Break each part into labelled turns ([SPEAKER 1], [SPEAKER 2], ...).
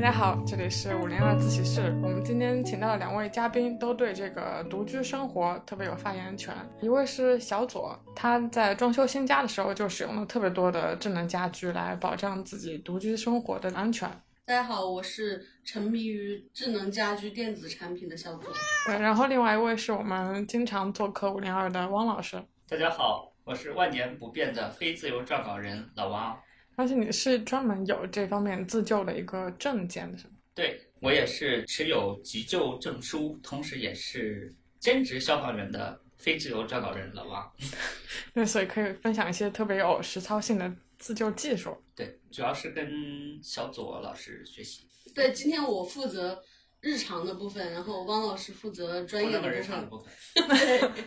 [SPEAKER 1] 家好，这里是五零二自习室。我们今天请到的两位嘉宾都对这个独居生活特别有发言权。一位是小左，他在装修新家的时候就使用了特别多的智能家居来保障自己独居生活的安全。
[SPEAKER 2] 大家好，我是沉迷于智能家居电子产品的小左。
[SPEAKER 1] 对，然后另外一位是我们经常做客五零二的汪老师，
[SPEAKER 3] 大家好，我是万年不变的非自由撰稿人老汪。
[SPEAKER 1] 而且你是专门有这方面自救的一个证件的，是吗？
[SPEAKER 3] 对我也是持有急救证书，同时也是兼职消防员的非自由撰稿人老汪。
[SPEAKER 1] 对，所以可以分享一些特别有实操性的自救技术。
[SPEAKER 3] 对，主要是跟小左老师学习，
[SPEAKER 2] 对，今天我负责日常的部分，然后汪老师负责专
[SPEAKER 3] 不
[SPEAKER 2] 业
[SPEAKER 3] 那
[SPEAKER 2] 的
[SPEAKER 3] 么日
[SPEAKER 2] 部
[SPEAKER 3] 常
[SPEAKER 2] 分。
[SPEAKER 3] 的部分。
[SPEAKER 2] 对，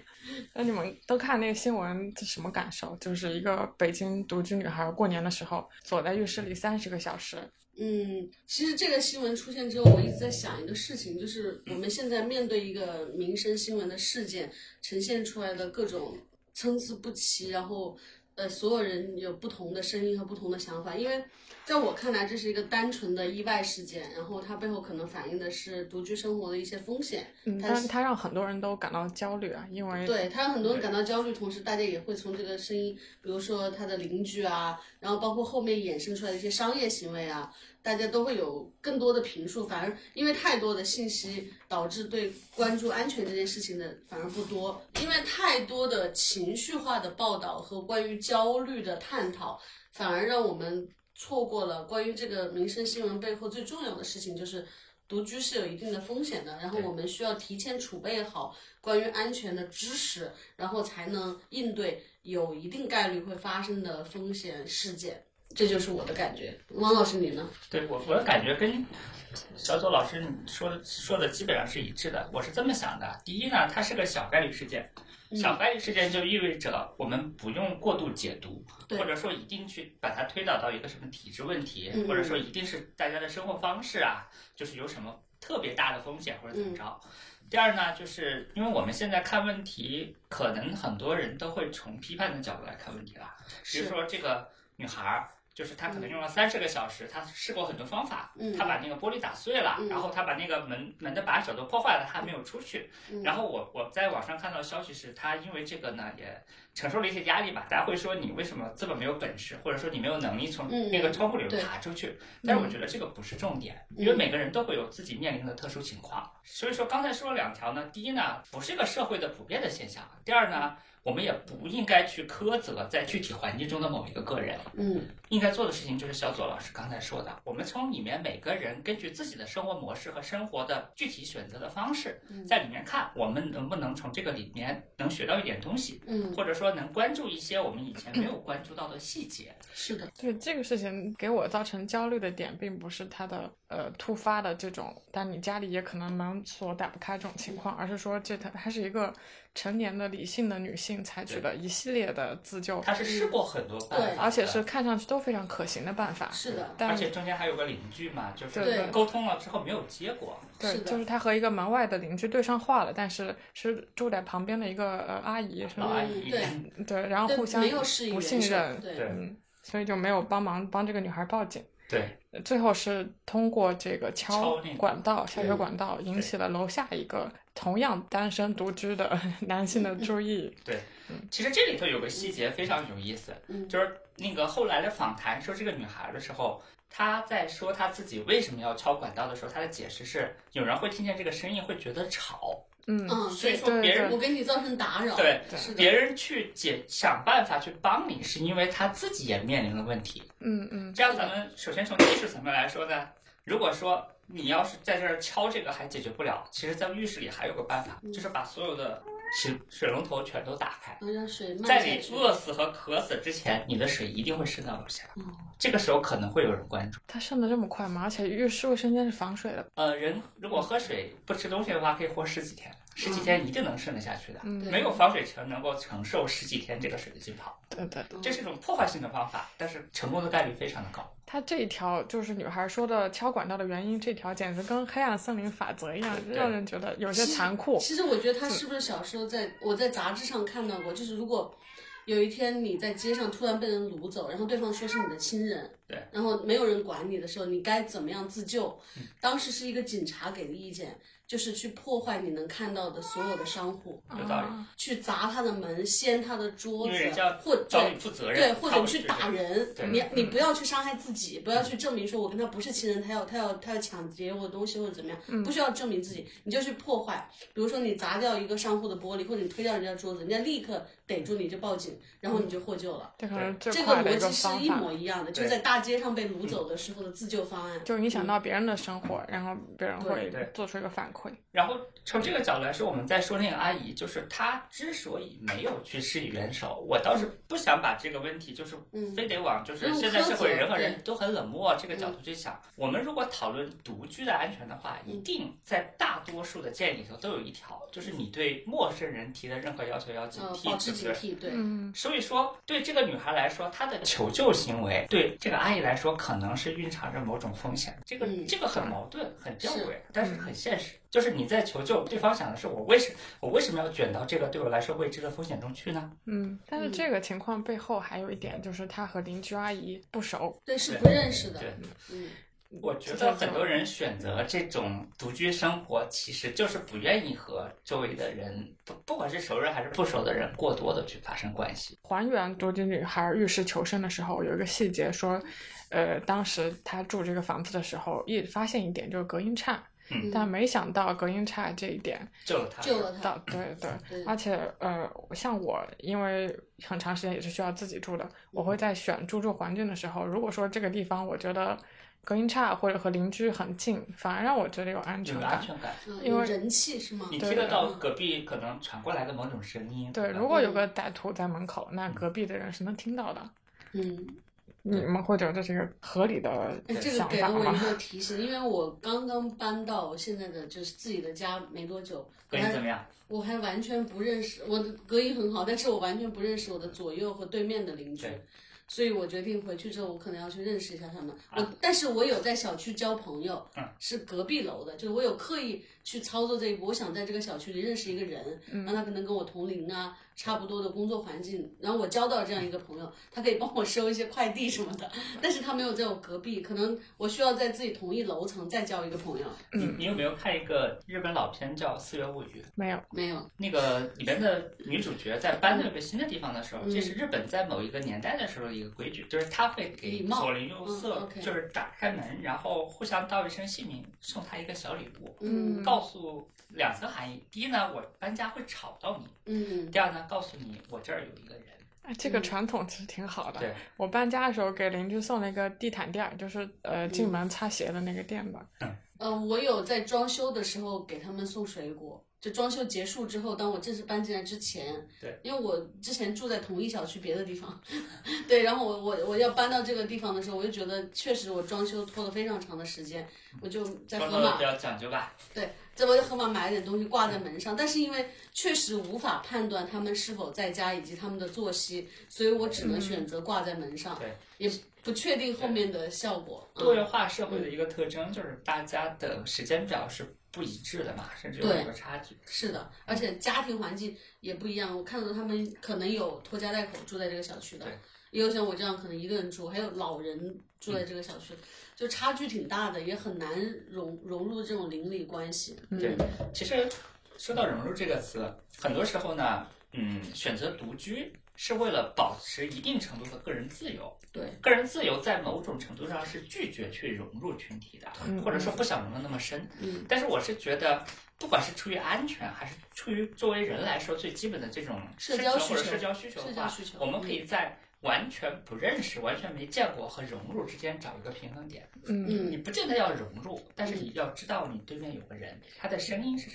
[SPEAKER 1] 那你们都看那个新闻，这什么感受？就是一个北京独居女孩过年的时候锁在浴室里三十个小时。
[SPEAKER 2] 嗯，其实这个新闻出现之后，我一直在想一个事情，就是我们现在面对一个民生新闻的事件呈现出来的各种参差不齐，然后呃，所有人有不同的声音和不同的想法，因为在我看来，这是一个单纯的意外事件，然后它背后可能反映的是独居生活的一些风险。
[SPEAKER 1] 嗯，
[SPEAKER 2] 但
[SPEAKER 1] 但
[SPEAKER 2] 是
[SPEAKER 1] 它让很多人都感到焦虑啊，因为
[SPEAKER 2] 对他让很多人感到焦虑，同时大家也会从这个声音，比如说他的邻居啊，然后包括后面衍生出来的一些商业行为啊，大家都会有更多的评述。反而因为太多的信息，导致对关注安全这件事情的反而不多，因为太多的情绪化的报道和关于焦虑的探讨，反而让我们错过了关于这个民生新闻背后最重要的事情，就是。独居是有一定的风险的，然后我们需要提前储备好关于安全的知识，然后才能应对有一定概率会发生的风险事件。这就是我的感觉。汪老师，你呢？
[SPEAKER 3] 对我，我感觉跟小左老师你说的说的基本上是一致的。我是这么想的：第一呢，它是个小概率事件，
[SPEAKER 2] 嗯
[SPEAKER 3] 小概率事件就意味着我们不用过度解读，
[SPEAKER 2] 对
[SPEAKER 3] 或者说一定去把它推导到一个什么体制问题，
[SPEAKER 2] 嗯
[SPEAKER 3] 或者说一定是大家的生活方式啊，就是有什么特别大的风险或者怎
[SPEAKER 2] 嗯
[SPEAKER 3] 么着。第二呢，就是因为我们现在看问题，可能很多人都会从批判的角度来看问题了，比如
[SPEAKER 2] 是，
[SPEAKER 3] 说这个女孩儿。就是她可能用了三十个小时，她试过很多方法，
[SPEAKER 2] 嗯
[SPEAKER 3] 她把那个玻璃打碎了，
[SPEAKER 2] 嗯
[SPEAKER 3] 然后她把那个门门的把手都破坏了，她还没有出去，
[SPEAKER 2] 嗯
[SPEAKER 3] 然后我我在网上看到消息是，他因为这个呢也承受了一些压力吧。大家会说你为什么这么没有本事，或者说你没有能力从
[SPEAKER 2] 嗯
[SPEAKER 3] 那个窗户里
[SPEAKER 2] 对嗯
[SPEAKER 3] 爬出去？但是我觉得这个不是重点，因为每个人都会有自己面临的特殊情况。所以说刚才说了两条呢，第一呢不是一个社会的普遍的现象，啊第二呢我们也不应该去苛责在具体环境中的某一个个人。
[SPEAKER 2] 嗯
[SPEAKER 3] 应该做的事情就是小左老师刚才说的，我们从里面每个人根据自己的生活模式和生活的具体选择的方式
[SPEAKER 2] 嗯，
[SPEAKER 3] 在里面看我们能不能从这个里面能学到一点东西，
[SPEAKER 2] 嗯，
[SPEAKER 3] 或者说能关注一些我们以前没有关注到的细节。
[SPEAKER 2] 是的，
[SPEAKER 1] 对这个事情给我造成焦虑的点，并不是它的呃突发的这种，但你家里也可能门锁打不开这种情况，而是说这它它是一个成年的理性的女性采取的一系列的自救，
[SPEAKER 3] 他是试过很多办法
[SPEAKER 2] 对
[SPEAKER 3] 的，
[SPEAKER 1] 而且是看上去都非常可行的办法。
[SPEAKER 2] 是的，
[SPEAKER 1] 但
[SPEAKER 3] 而且中间还有个邻居嘛，就
[SPEAKER 1] 对
[SPEAKER 3] 是沟通了之后没有结果，
[SPEAKER 1] 对
[SPEAKER 2] 是，的
[SPEAKER 1] 就是他和一个门外的邻居对上话了，但是是住在旁边的一个呃阿姨，是
[SPEAKER 3] 老
[SPEAKER 1] 吧？
[SPEAKER 3] 阿姨
[SPEAKER 2] 嗯对
[SPEAKER 1] 对，然后
[SPEAKER 2] 对
[SPEAKER 1] 互相
[SPEAKER 2] 没有事
[SPEAKER 1] 不
[SPEAKER 2] 与
[SPEAKER 1] 信
[SPEAKER 2] 人
[SPEAKER 1] 任
[SPEAKER 2] 手，，对，
[SPEAKER 3] 对
[SPEAKER 1] 嗯，所以就没有帮忙帮这个女孩报警。
[SPEAKER 3] 对
[SPEAKER 1] 呃最后是通过这个敲
[SPEAKER 3] 敲那个
[SPEAKER 1] 管道、下水管道，引起了楼下一个同样单身独居的 男性的注 意。
[SPEAKER 3] 对，
[SPEAKER 1] 嗯
[SPEAKER 3] 其实这里头有个细节非常有意思，
[SPEAKER 2] 嗯
[SPEAKER 3] 就是那个后来的访谈说这个女孩的时候，她在说她自己为什么要敲管道的时候，她的解释是有人会听见这个声音会觉得吵，
[SPEAKER 1] 嗯，
[SPEAKER 2] 嗯，
[SPEAKER 3] 所以
[SPEAKER 2] 对，
[SPEAKER 3] 说别人
[SPEAKER 2] 我给你造成打扰，
[SPEAKER 3] 对
[SPEAKER 1] 对
[SPEAKER 2] 是
[SPEAKER 3] 别
[SPEAKER 2] 的，
[SPEAKER 3] 人去解想办法去帮你，是因为她自己也面临了问题。
[SPEAKER 1] 嗯嗯，
[SPEAKER 3] 这样咱们首先从技术层面来说呢，如果说你要是在这儿敲这个还解决不了，其实在浴室里还有个办
[SPEAKER 2] 嗯
[SPEAKER 3] 法，就是把所有的水水龙头全都打开。
[SPEAKER 2] 能让水慢
[SPEAKER 3] 在
[SPEAKER 2] 下
[SPEAKER 3] 你
[SPEAKER 2] 去。
[SPEAKER 3] 饿死和渴死之前，你的水一定会渗到楼下。
[SPEAKER 2] 嗯
[SPEAKER 3] 这个时候可能会有人关注。
[SPEAKER 1] 它渗的这么快吗？而且浴室卫生间是防水的，
[SPEAKER 3] 呃，人如果喝水不吃东西的话，可以活十几天，十几天一定能渗得下去的。
[SPEAKER 1] 嗯，
[SPEAKER 2] 对
[SPEAKER 3] 没有防水层能够承受十几天这个水的浸泡，
[SPEAKER 1] 对对。
[SPEAKER 2] 嗯
[SPEAKER 3] 这是一种破坏性的方法，但是成功的概率非常的高。
[SPEAKER 1] 它这一条就是女孩说的敲管道的原因，这条简直跟黑暗森林法则一样，
[SPEAKER 3] 对
[SPEAKER 1] 让人觉得有些残酷。
[SPEAKER 2] 其实我觉得他是不是小时候在我在杂志上看到过，就是如果有一天你在街上突然被人掳走，然后对方说是你的亲人，
[SPEAKER 3] 对，
[SPEAKER 2] 然后没有人管你的时候，你该怎么样自救？
[SPEAKER 3] 嗯
[SPEAKER 2] 当时是一个警察给的意见，就是去破坏你能看到的所有的商户，
[SPEAKER 3] 有道理
[SPEAKER 1] 啊
[SPEAKER 2] 去砸他的门，掀他的桌
[SPEAKER 3] 因
[SPEAKER 2] 子
[SPEAKER 3] 为人家，
[SPEAKER 2] 或
[SPEAKER 3] 找
[SPEAKER 2] 对
[SPEAKER 3] 你负责任，
[SPEAKER 2] 对，或者
[SPEAKER 3] 他
[SPEAKER 2] 你
[SPEAKER 3] 会
[SPEAKER 2] 去
[SPEAKER 3] 觉
[SPEAKER 2] 打
[SPEAKER 3] 得，
[SPEAKER 2] 人
[SPEAKER 3] 对，
[SPEAKER 2] 你你
[SPEAKER 3] 嗯
[SPEAKER 2] 不要去伤害自己，不要去证明说我跟他不是亲人，他要他要他要抢劫我的东西或者怎么
[SPEAKER 1] 嗯
[SPEAKER 2] 样，不需要证明自己，你就去破坏。比如说你砸掉一个商户的玻璃，或者你推掉人家桌子，人家立刻逮住你就报警，然后你就获救了。
[SPEAKER 1] 这可能嗯是
[SPEAKER 2] 这
[SPEAKER 1] 最
[SPEAKER 2] 个
[SPEAKER 1] 快的
[SPEAKER 2] 逻
[SPEAKER 1] 一
[SPEAKER 2] 辑是
[SPEAKER 1] 方
[SPEAKER 2] 一
[SPEAKER 1] 法。
[SPEAKER 2] 模一样的，就
[SPEAKER 3] 对
[SPEAKER 2] 在大街上被掳走的时候的自救方案。
[SPEAKER 1] 就影响到别人的生活，然后别人
[SPEAKER 2] 嗯对
[SPEAKER 1] 会
[SPEAKER 3] 对
[SPEAKER 1] 做出一个反馈。
[SPEAKER 3] 然后从这个角度来说，我们再说那个阿姨，就是她之所以没有去施以援手，我倒是不想把这个问题就是
[SPEAKER 2] 嗯
[SPEAKER 3] 非得往就是
[SPEAKER 2] 用
[SPEAKER 3] 现在
[SPEAKER 2] 苛
[SPEAKER 3] 社
[SPEAKER 2] 责
[SPEAKER 3] 会人和
[SPEAKER 2] 对
[SPEAKER 3] 人都很冷漠这个角度去想。我们如果讨论独居的安全的话，一
[SPEAKER 2] 嗯
[SPEAKER 3] 定在大多数的建议里头都有一条，就是你对陌生人提的任何要求要警
[SPEAKER 2] 呃，
[SPEAKER 3] 惕，
[SPEAKER 2] 保
[SPEAKER 3] 对
[SPEAKER 2] 持
[SPEAKER 3] 不
[SPEAKER 2] 警
[SPEAKER 3] 对？
[SPEAKER 2] 惕，对，
[SPEAKER 1] 嗯，
[SPEAKER 3] 所以说，对这个女孩来说，她的求救行为对这个阿姨来说，可能是蕴藏着某种风险。这个、
[SPEAKER 2] 嗯
[SPEAKER 3] 这个很矛盾，很吊诡
[SPEAKER 2] 是，嗯
[SPEAKER 3] 但是很现实。就是你在求救，对方想的是我为什我为什么要卷到这个对我来说未知的风险中去呢？
[SPEAKER 1] 嗯，但是
[SPEAKER 2] 嗯
[SPEAKER 1] 这个情况背后还有一点，就是他和邻居阿姨不熟。
[SPEAKER 2] 对是
[SPEAKER 3] 对
[SPEAKER 2] 不认识的
[SPEAKER 3] 对，
[SPEAKER 2] 嗯，
[SPEAKER 3] 我觉得很多人选择这种独居生活，其实就是不愿意和周围的人，不不管是熟人还是不熟的人，过多的去发生关系。
[SPEAKER 1] 还原独居女孩浴室求生的时候，有一个细节说，呃，当时她住这个房子的时候，一发现一点就是隔音差，
[SPEAKER 2] 嗯
[SPEAKER 1] 但没想到隔音差这一点
[SPEAKER 3] 救了她，
[SPEAKER 2] 救了他
[SPEAKER 1] 到，对对，
[SPEAKER 2] 对
[SPEAKER 1] 而且呃，像我因为很长时间也是需要自己住的，我
[SPEAKER 2] 嗯
[SPEAKER 1] 会在选住住环境的时候，如果说这个地方我觉得隔音差或者和邻居很近，反而让我觉得有安
[SPEAKER 3] 有
[SPEAKER 1] 全
[SPEAKER 3] 安
[SPEAKER 1] 感。
[SPEAKER 3] 全感。
[SPEAKER 2] 嗯，
[SPEAKER 1] 因
[SPEAKER 2] 有
[SPEAKER 1] 为
[SPEAKER 2] 人气是吗？
[SPEAKER 3] 你
[SPEAKER 1] 对
[SPEAKER 3] 听得到
[SPEAKER 2] 嗯
[SPEAKER 3] 隔壁可能传过来的某种声音。
[SPEAKER 1] 对，
[SPEAKER 3] 吧
[SPEAKER 1] 如果有个歹徒在门口，那隔壁的人是能听到的。
[SPEAKER 2] 嗯。
[SPEAKER 1] 你们会觉得这是一个合理的
[SPEAKER 2] 哎，这个
[SPEAKER 1] 想
[SPEAKER 2] 给
[SPEAKER 1] 法
[SPEAKER 2] 了我一
[SPEAKER 1] 吗？
[SPEAKER 2] 个提醒，因为我刚刚搬到现在的就是自己的家没多久，我
[SPEAKER 3] 隔音怎
[SPEAKER 2] 还
[SPEAKER 3] 么样？
[SPEAKER 2] 我还完全不认识，我的隔音很好，但是我完全不认识我的左右和对面的邻居
[SPEAKER 3] 对，
[SPEAKER 2] 所以我决定回去之后，我可能要去认识一下他们。
[SPEAKER 3] 啊
[SPEAKER 2] 我但是我有在小区交朋友
[SPEAKER 3] 嗯，
[SPEAKER 2] 是隔壁楼的，就是我有刻意去操作这一步，我想在这个小区里认识一个人，让他可能跟我同龄啊，差不多的工作环境，然后我交到这样一个朋友，他可以帮我收一些快递什么 的，但是他没有在我隔壁，可能我需要在自己同一楼层再交一个朋友，
[SPEAKER 3] 你你有没有看一个日本老片叫《四月物语》？
[SPEAKER 1] 没 有，
[SPEAKER 2] 没有，
[SPEAKER 3] 那个里边的女主角在搬到一个新的地方的时候，
[SPEAKER 2] 嗯
[SPEAKER 3] 这是日本在某一个年代的时候的一个规矩，就是她会给
[SPEAKER 2] 礼貌
[SPEAKER 3] 左邻右
[SPEAKER 2] 嗯
[SPEAKER 3] 舍，
[SPEAKER 2] ，OK
[SPEAKER 3] 就是打开门，然后互相道一声姓名，送她一个小礼物，
[SPEAKER 2] 嗯
[SPEAKER 3] 告诉两层含义：第一呢，我搬家会吵到你；
[SPEAKER 2] 嗯
[SPEAKER 3] 第二呢，告诉你我这儿有一个人。啊
[SPEAKER 1] 哎这个
[SPEAKER 2] 嗯
[SPEAKER 1] 传统其实挺好的。
[SPEAKER 3] 对，
[SPEAKER 1] 我搬家的时候给邻居送了一个地毯垫儿，就是呃进
[SPEAKER 2] 嗯
[SPEAKER 1] 门擦鞋的那个垫吧。
[SPEAKER 2] 呃，我有在装修的时候给他们送水果，就装修结束之后，当我正式搬进来之前，
[SPEAKER 3] 对，
[SPEAKER 2] 因为我之前住在同一小区别的地方， 对，然后我我我要搬到这个地方的时候，我就觉得确实我装修拖了非常长的时间，我就在
[SPEAKER 3] 装
[SPEAKER 2] 盒
[SPEAKER 3] 修
[SPEAKER 2] 马
[SPEAKER 3] 比较讲究吧，
[SPEAKER 2] 对，在我在盒马买了点东西挂在门上，但是因为确实无法判断他们是否在家以及他们的作息，所以我只能选择挂在门上，
[SPEAKER 3] 对
[SPEAKER 2] 也不确定后面的效果。
[SPEAKER 3] 多
[SPEAKER 2] 嗯
[SPEAKER 3] 元化社会的一个特征就是大家的时间表是不一致的嘛，甚至有
[SPEAKER 2] 对
[SPEAKER 3] 一个差距。
[SPEAKER 2] 是的，而且家庭环境也不一样。我看到他们可能有拖家带口住在这个小区的
[SPEAKER 3] 对，
[SPEAKER 2] 也有像我这样可能一个人住，还有老人住
[SPEAKER 3] 嗯
[SPEAKER 2] 在这个小区，就差距挺大的，也很难融融入这种邻里关系。
[SPEAKER 3] 对，其实说到融入这个词，很多时候呢，嗯，选择独居是为了保持一定程度的个人自由。
[SPEAKER 2] 对，
[SPEAKER 3] 个人自由在某种程度上是拒绝去融入群体的
[SPEAKER 1] 嗯，
[SPEAKER 3] 或者说不想融入那么深。
[SPEAKER 2] 嗯，
[SPEAKER 3] 但是我是觉得。不管是出于安全，还是出于作为人来说最基本的这种
[SPEAKER 2] 社交
[SPEAKER 3] 生存或者
[SPEAKER 2] 需求
[SPEAKER 3] 社交需求的
[SPEAKER 2] 社
[SPEAKER 3] 话
[SPEAKER 2] 交需，求嗯
[SPEAKER 3] 我们可以在完全不认识、完全没见过和融入之间找一个平衡点。
[SPEAKER 1] 嗯，
[SPEAKER 2] 嗯
[SPEAKER 3] 你不见得要融入，但是你要知道你对面有个人，他的声音是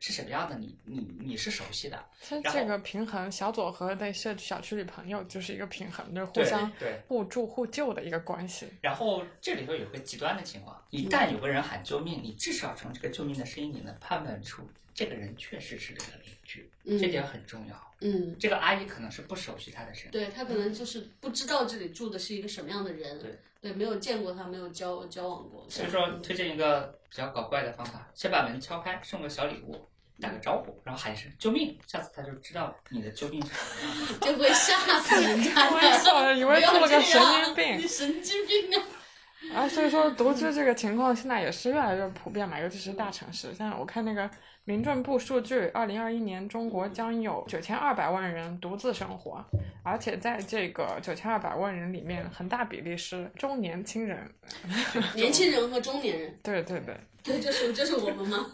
[SPEAKER 3] 是什么样的，你你你是熟悉的，
[SPEAKER 1] 其实
[SPEAKER 3] 然
[SPEAKER 1] 这
[SPEAKER 3] 后
[SPEAKER 1] 个平衡，小左和在社区小区里朋友就是一个平衡，就是互
[SPEAKER 3] 对
[SPEAKER 1] 相
[SPEAKER 3] 对。
[SPEAKER 1] 互助互救的一个关系。
[SPEAKER 3] 然后这里头有个极端的情况，一旦有个人喊救命，你至少从这个救命的声音，你能判断出这个人确实是这个邻居，
[SPEAKER 2] 嗯
[SPEAKER 3] 这点很重要。
[SPEAKER 2] 嗯，
[SPEAKER 3] 这个阿姨可能是不熟悉他的声音，
[SPEAKER 2] 对他可能就是不知道这里住的是一个什么样的人，
[SPEAKER 3] 对
[SPEAKER 2] 没有见过他，没有交交往过，
[SPEAKER 3] 所以说推荐一个比较搞怪的方法，先把门敲开，送个小礼物，打个招呼，然后喊一声救命，下次他就知道你的救命是什么了。
[SPEAKER 2] 就会吓死人家
[SPEAKER 1] 我也
[SPEAKER 2] 的。
[SPEAKER 1] 是以为做了个神经
[SPEAKER 2] 不要这样
[SPEAKER 1] 病
[SPEAKER 2] 你神经病啊！
[SPEAKER 1] 啊，所以说独居这个情况现在也是越来越普遍嘛，尤其是大城市。现在我看那个民政部数据，二零二一年中国将有九千二百万人独自生活，而且在这个九千二百万人里面，很大比例是中年轻人。
[SPEAKER 2] 年轻人和中年人，
[SPEAKER 1] 对对对，
[SPEAKER 2] 对，就是就是我们吗？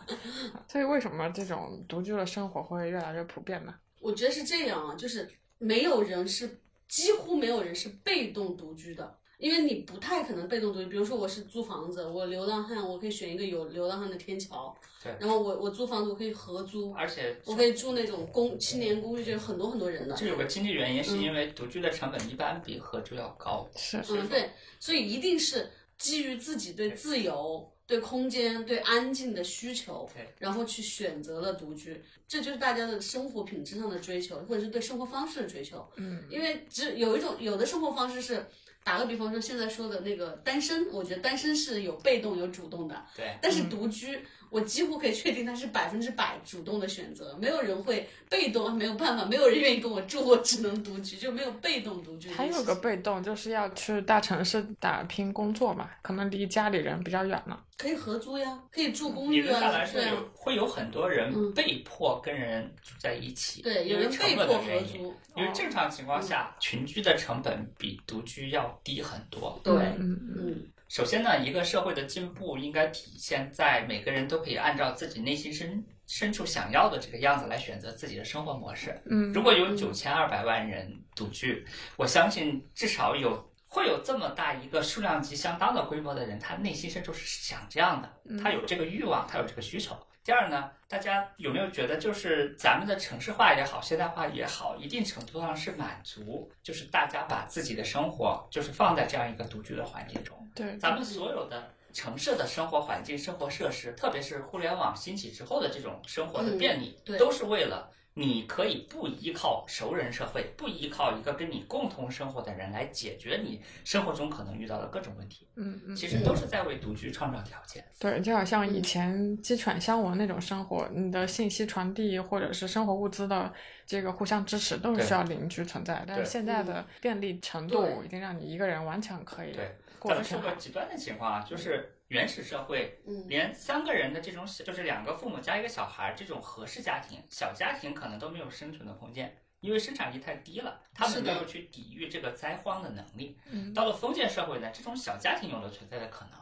[SPEAKER 1] 所以为什么这种独居的生活会越来越普遍呢？
[SPEAKER 2] 我觉得是这样啊，就是没有人是几乎没有人是被动独居的，因为你不太可能被动独居。比如说我是租房子，我流浪汉，我可以选一个有流浪汉的天桥，
[SPEAKER 3] 对
[SPEAKER 2] 然后我我租房子我可以合租，
[SPEAKER 3] 而且
[SPEAKER 2] 我可以住那种公青年公寓，就是很多很多人的。
[SPEAKER 3] 这有个经济原因，是因为独居的成本一般比合居要高。
[SPEAKER 1] 是
[SPEAKER 2] 嗯，对，所以一定是基于自己对自由、对空间、对安静的需求
[SPEAKER 3] 对，
[SPEAKER 2] 然后去选择了独居，这就是大家的生活品质上的追求，或者是对生活方式的追求。
[SPEAKER 1] 嗯，
[SPEAKER 2] 因为只有一种有的生活方式是，打个比方说现在说的那个单身，我觉得单身是有被动有主动的，
[SPEAKER 3] 对，
[SPEAKER 2] 但是
[SPEAKER 1] 嗯
[SPEAKER 2] 独居，我几乎可以确定它是百分之百主动的选择，没有人会被动，没有办法，没有人愿意跟我住，我只能独居，就没有被动独居这
[SPEAKER 1] 还
[SPEAKER 2] 件事情。
[SPEAKER 1] 有个被动就是要去大城市打拼工作嘛，可能离家里人比较远了。
[SPEAKER 2] 可以合租呀，可以住公
[SPEAKER 3] 理
[SPEAKER 2] 寓
[SPEAKER 3] 论上来
[SPEAKER 2] 啊，
[SPEAKER 3] 说
[SPEAKER 2] 对啊
[SPEAKER 3] 有，会有很多人
[SPEAKER 2] 嗯
[SPEAKER 3] 被迫跟人住在一起，
[SPEAKER 2] 对，嗯
[SPEAKER 3] 因
[SPEAKER 2] 有
[SPEAKER 3] 为
[SPEAKER 2] 人
[SPEAKER 3] 成
[SPEAKER 2] 被
[SPEAKER 3] 本
[SPEAKER 2] 迫
[SPEAKER 3] 的
[SPEAKER 2] 合
[SPEAKER 3] 原因。
[SPEAKER 2] 租，哦
[SPEAKER 3] 因为正常情况下，群居的成本比独居要低很多。
[SPEAKER 2] 对，
[SPEAKER 1] 嗯嗯
[SPEAKER 2] 嗯，
[SPEAKER 3] 首先呢，一个社会的进步应该体现在每个人都可以按照自己内心深深处想要的这个样子来选择自己的生活模式。
[SPEAKER 1] 嗯
[SPEAKER 3] 如果有九千二百万人独居，我相信至少有会有这么大一个数量级相当的规模的人，他内心深处是想这样
[SPEAKER 1] 嗯
[SPEAKER 3] 的，他有这个欲望，他有这个需求。第二呢，大家有没有觉得，就是咱们的城市化也好，现代化也好，一定程度上是满足，就是大家把自己的生活就是放在这样一个独居的环境中。
[SPEAKER 1] 嗯对，
[SPEAKER 3] 咱们所有的城市的生活环境、生活设施，特别是互联网兴起之后的这种生活的便利，
[SPEAKER 2] 对
[SPEAKER 3] 都是为了你可以不依靠熟人社会，不依靠一个跟你共同生活的人来解决你生活中可能遇到的各种问题，
[SPEAKER 1] 嗯嗯。
[SPEAKER 3] 其实嗯都是在为独居创造条件。
[SPEAKER 1] 对，就好像以前鸡犬相闻那种生活，你的信息传递或者是生活物资的这个互相支持，都是
[SPEAKER 3] 对
[SPEAKER 1] 需要邻居存在。但是
[SPEAKER 3] 对嗯
[SPEAKER 1] 现在的便利程度
[SPEAKER 2] 对
[SPEAKER 1] 已经让你一个人完全可以
[SPEAKER 3] 对
[SPEAKER 1] 过
[SPEAKER 3] 咱
[SPEAKER 1] 得
[SPEAKER 3] 们说
[SPEAKER 1] 挺
[SPEAKER 3] 个
[SPEAKER 1] 好。
[SPEAKER 3] 极端的情况啊，就是原始社会
[SPEAKER 2] 嗯
[SPEAKER 3] 连三个人的这种小，就是两个父母加一个小孩儿这种合适家庭，小家庭可能都没有生存的空间，因为生产力太低了，他
[SPEAKER 2] 是
[SPEAKER 3] 们没
[SPEAKER 2] 的
[SPEAKER 3] 有去抵御这个灾荒的能力。
[SPEAKER 1] 嗯
[SPEAKER 3] 到了封建社会呢，这种小家庭有了存在的可能。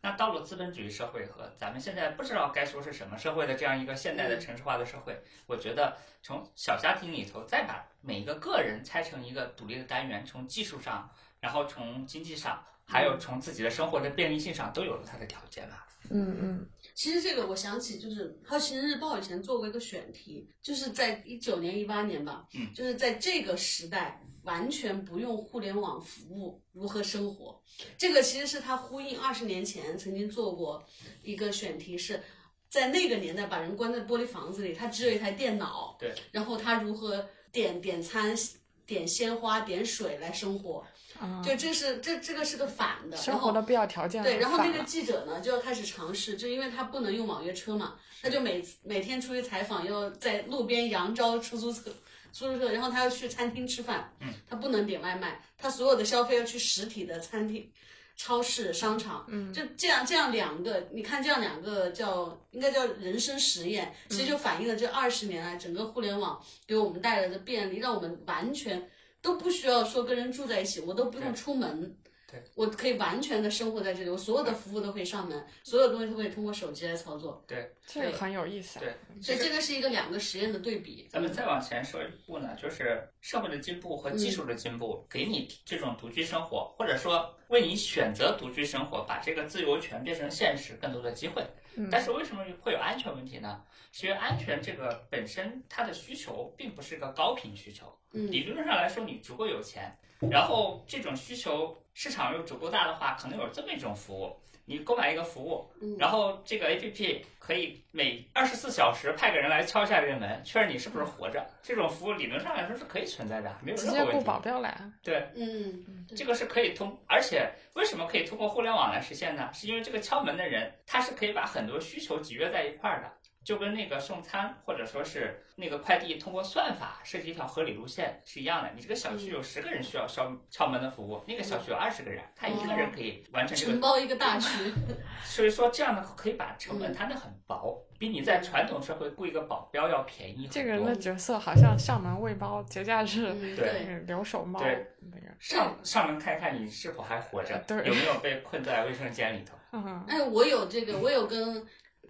[SPEAKER 3] 那到了资本主义社会和咱们现在不知道该说是什么社会的这样一个现代的城市化的社会，我觉得从小家庭里头再把每一个个人拆成一个独立的单元，从技术上，然后从经济上，还有从自己的生活的便利性上，都有了它的条件吧。
[SPEAKER 1] 嗯嗯，
[SPEAKER 2] 其实这个我想起，就是《好奇心日报》以前做过一个选题，就是在一九年、一八年吧，
[SPEAKER 3] 嗯
[SPEAKER 2] 就是在这个时代完全不用互联网服务如何生活，这个其实是他呼应二十年前曾经做过一个选题是。在那个年代，把人关在玻璃房子里，他只有一台电脑，
[SPEAKER 3] 对，
[SPEAKER 2] 然后他如何点点餐、点鲜花、点水来生活，
[SPEAKER 1] 啊，
[SPEAKER 2] 就这是这这个是个反的，
[SPEAKER 1] 生
[SPEAKER 2] 然后
[SPEAKER 1] 活的必要条件
[SPEAKER 2] 对，然后
[SPEAKER 1] 反
[SPEAKER 2] 那个
[SPEAKER 1] 了
[SPEAKER 2] 记者呢就要开始尝试，就因为他不能用网约车嘛，他就每次每天出去采访，要在路边扬招出租车。出租车，然后他要去餐厅吃饭，
[SPEAKER 3] 嗯，
[SPEAKER 2] 他不能点外卖，他所有的消费要去实体的餐厅、超市、商场，
[SPEAKER 1] 嗯
[SPEAKER 2] 就这样这样两个，你看这样两个叫应该叫人生实验，
[SPEAKER 1] 嗯
[SPEAKER 2] 其实就反映了这二十年来整个互联网给我们带来的便利，让我们完全都不需要说跟人住在一起，我都不用
[SPEAKER 3] 对
[SPEAKER 2] 出门。
[SPEAKER 3] 对
[SPEAKER 2] 我可以完全的生活在这里，我所
[SPEAKER 3] 嗯
[SPEAKER 2] 有的服务都可以上门，所有东西都可以通过手机来操作，
[SPEAKER 3] 对，
[SPEAKER 1] 这个
[SPEAKER 2] 对
[SPEAKER 1] 很有意思啊。
[SPEAKER 3] 对
[SPEAKER 2] 所以这个是一个两个实验的对比。
[SPEAKER 3] 嗯咱们再往前说一步呢，就是社会的进步和技术的进步，给你这种独居生活，或者说为你选择独居生活，把这个自由权变成现实更多的机会。
[SPEAKER 1] 嗯
[SPEAKER 3] 但是为什么会有安全问题呢？是因为安全这个本身它的需求并不是个高频需求，
[SPEAKER 2] 嗯
[SPEAKER 3] 理论上来说，你足够有钱，然后这种需求市场又足够大的话，可能有这么一种服务：你购买一个服务，
[SPEAKER 2] 嗯
[SPEAKER 3] 然后这个 A P P 可以每二十四小时派个人来敲一下这个门，确认你是不是活着。这种服务理论上来说是可以存在的，没有
[SPEAKER 1] 直
[SPEAKER 3] 任
[SPEAKER 1] 接
[SPEAKER 3] 何
[SPEAKER 1] 雇
[SPEAKER 3] 问题
[SPEAKER 1] 保。镖来啊，
[SPEAKER 3] 对，
[SPEAKER 2] 嗯，
[SPEAKER 3] 这个是可以通，而且为什么可以通过互联网来实现呢？是因为这个敲门的人他是可以把很多需求集约在一块儿的。就跟那个送餐或者说是那个快递通过算法设计一条合理路线是一样的。你这个小区有十个人需要敲敲门的服务，那个小区有二十个人，他一个人可以完成这
[SPEAKER 2] 承
[SPEAKER 3] 个。
[SPEAKER 2] 包一个大区，
[SPEAKER 3] 所以说这样呢，可以把
[SPEAKER 2] 嗯
[SPEAKER 3] 成本摊得很薄，比你在传统社会雇一个保镖要便宜很多。
[SPEAKER 1] 这个人的角色好像上门喂猫，节假日那
[SPEAKER 2] 嗯对
[SPEAKER 1] 个留守猫
[SPEAKER 3] 对
[SPEAKER 1] 那个，
[SPEAKER 3] 上上门看看你是否还 活着，
[SPEAKER 1] 对
[SPEAKER 3] 有没有被困在卫生间里头。
[SPEAKER 1] 嗯，
[SPEAKER 2] 哎，我有这个，我有跟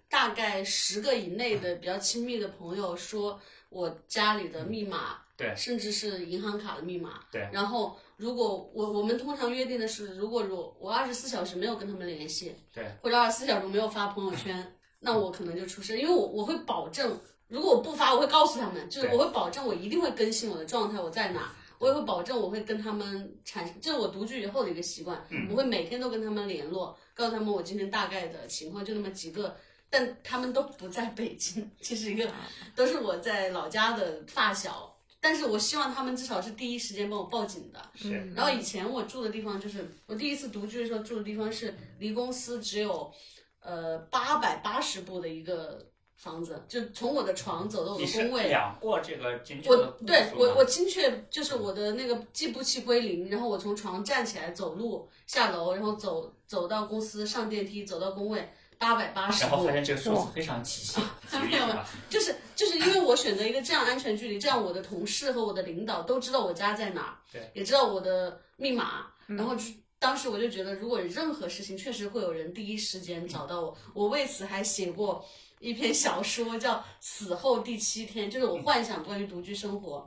[SPEAKER 2] 大概十个以内的比较亲密的朋友说，我家里的密码，
[SPEAKER 3] 嗯对
[SPEAKER 2] 甚至是银行卡的密码，
[SPEAKER 3] 对
[SPEAKER 2] 然后如果我我们通常约定的是，如果我我二十四小时没有跟他们联系，
[SPEAKER 3] 对，
[SPEAKER 2] 或者二十四小时没有发朋友 圈，那我可能就出事，因为我我会保证，如果我不发，我会告诉他们，就是
[SPEAKER 3] 对
[SPEAKER 2] 我会保证我一定会更新我的状态，我在哪。我也会保证我会跟他们产生，这是我独居以后的一个习惯，
[SPEAKER 3] 嗯
[SPEAKER 2] 我会每天都跟他们联络，告诉他们我今天大概的情况，就那么几个，但他们都不在北京，这是一个
[SPEAKER 3] 啊
[SPEAKER 2] 都是我在老家的发小，但是我希望他们至少是第一时间帮我报警的。
[SPEAKER 3] 是，
[SPEAKER 1] 嗯
[SPEAKER 2] 然后以前我住的地方就是我第一次独居的时候住的地方是离公司只有呃八百八十步的一个房子，就从我的床走到我
[SPEAKER 3] 你
[SPEAKER 2] 的
[SPEAKER 3] 是
[SPEAKER 2] 工位。
[SPEAKER 3] 量过这个精确
[SPEAKER 2] 我
[SPEAKER 3] 的步
[SPEAKER 2] 对
[SPEAKER 3] 数
[SPEAKER 2] 我
[SPEAKER 3] 吗
[SPEAKER 2] 我精确就是我的那个计步器归零，然后我从床站起来走路下楼，然后走走到公司上电梯走到工位八百八十
[SPEAKER 3] 然后
[SPEAKER 2] 步
[SPEAKER 3] 发，现这个数字非常极 限，极限吧？
[SPEAKER 2] 就是就是因为我选择一个这样安全距离，这样我的同事和我的领导都知道我家在哪儿，
[SPEAKER 3] 对
[SPEAKER 2] 也知道我的密码，
[SPEAKER 1] 嗯
[SPEAKER 2] 然后就当时我就觉得，如果有任何事情确实会有人第一时间找到我，我为此还写过。一篇小说叫《死后第七天》，就是我幻想关于独居生活。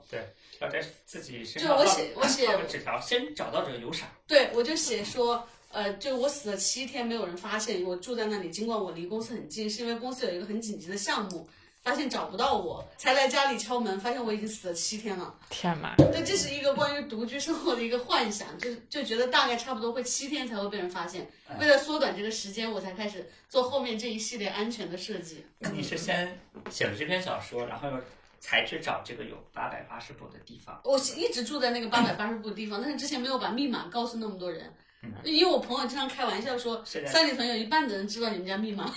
[SPEAKER 3] 要在自己身
[SPEAKER 2] 就
[SPEAKER 3] 上
[SPEAKER 2] 我
[SPEAKER 3] 放
[SPEAKER 2] 写我写
[SPEAKER 3] 放个纸条，先找到这个油闪，
[SPEAKER 2] 对，我就写说，呃，就我死了七天，没有人发现我住在那里。尽管我离公司很近，是因为公司有一个很紧急的项目，发现找不到我，才来家里敲门，发现我已经死了七天了。
[SPEAKER 1] 天哪，
[SPEAKER 2] 对，这是一个关于独居生活的一个幻想，就是就觉得大概差不多会七天才会被人发现。为了缩短这个时间，我才开始做后面这一系列安全的设计。
[SPEAKER 3] 那你是先写了这篇小说，然后又才去找这个有八百八十步的地方。
[SPEAKER 2] 我一直住在那个八百八十步的地方，但是之前没有把密码告诉那么多人，因为我朋友经常开玩笑说，
[SPEAKER 3] 现在
[SPEAKER 2] 三里屯有一半的人知道你们家密码。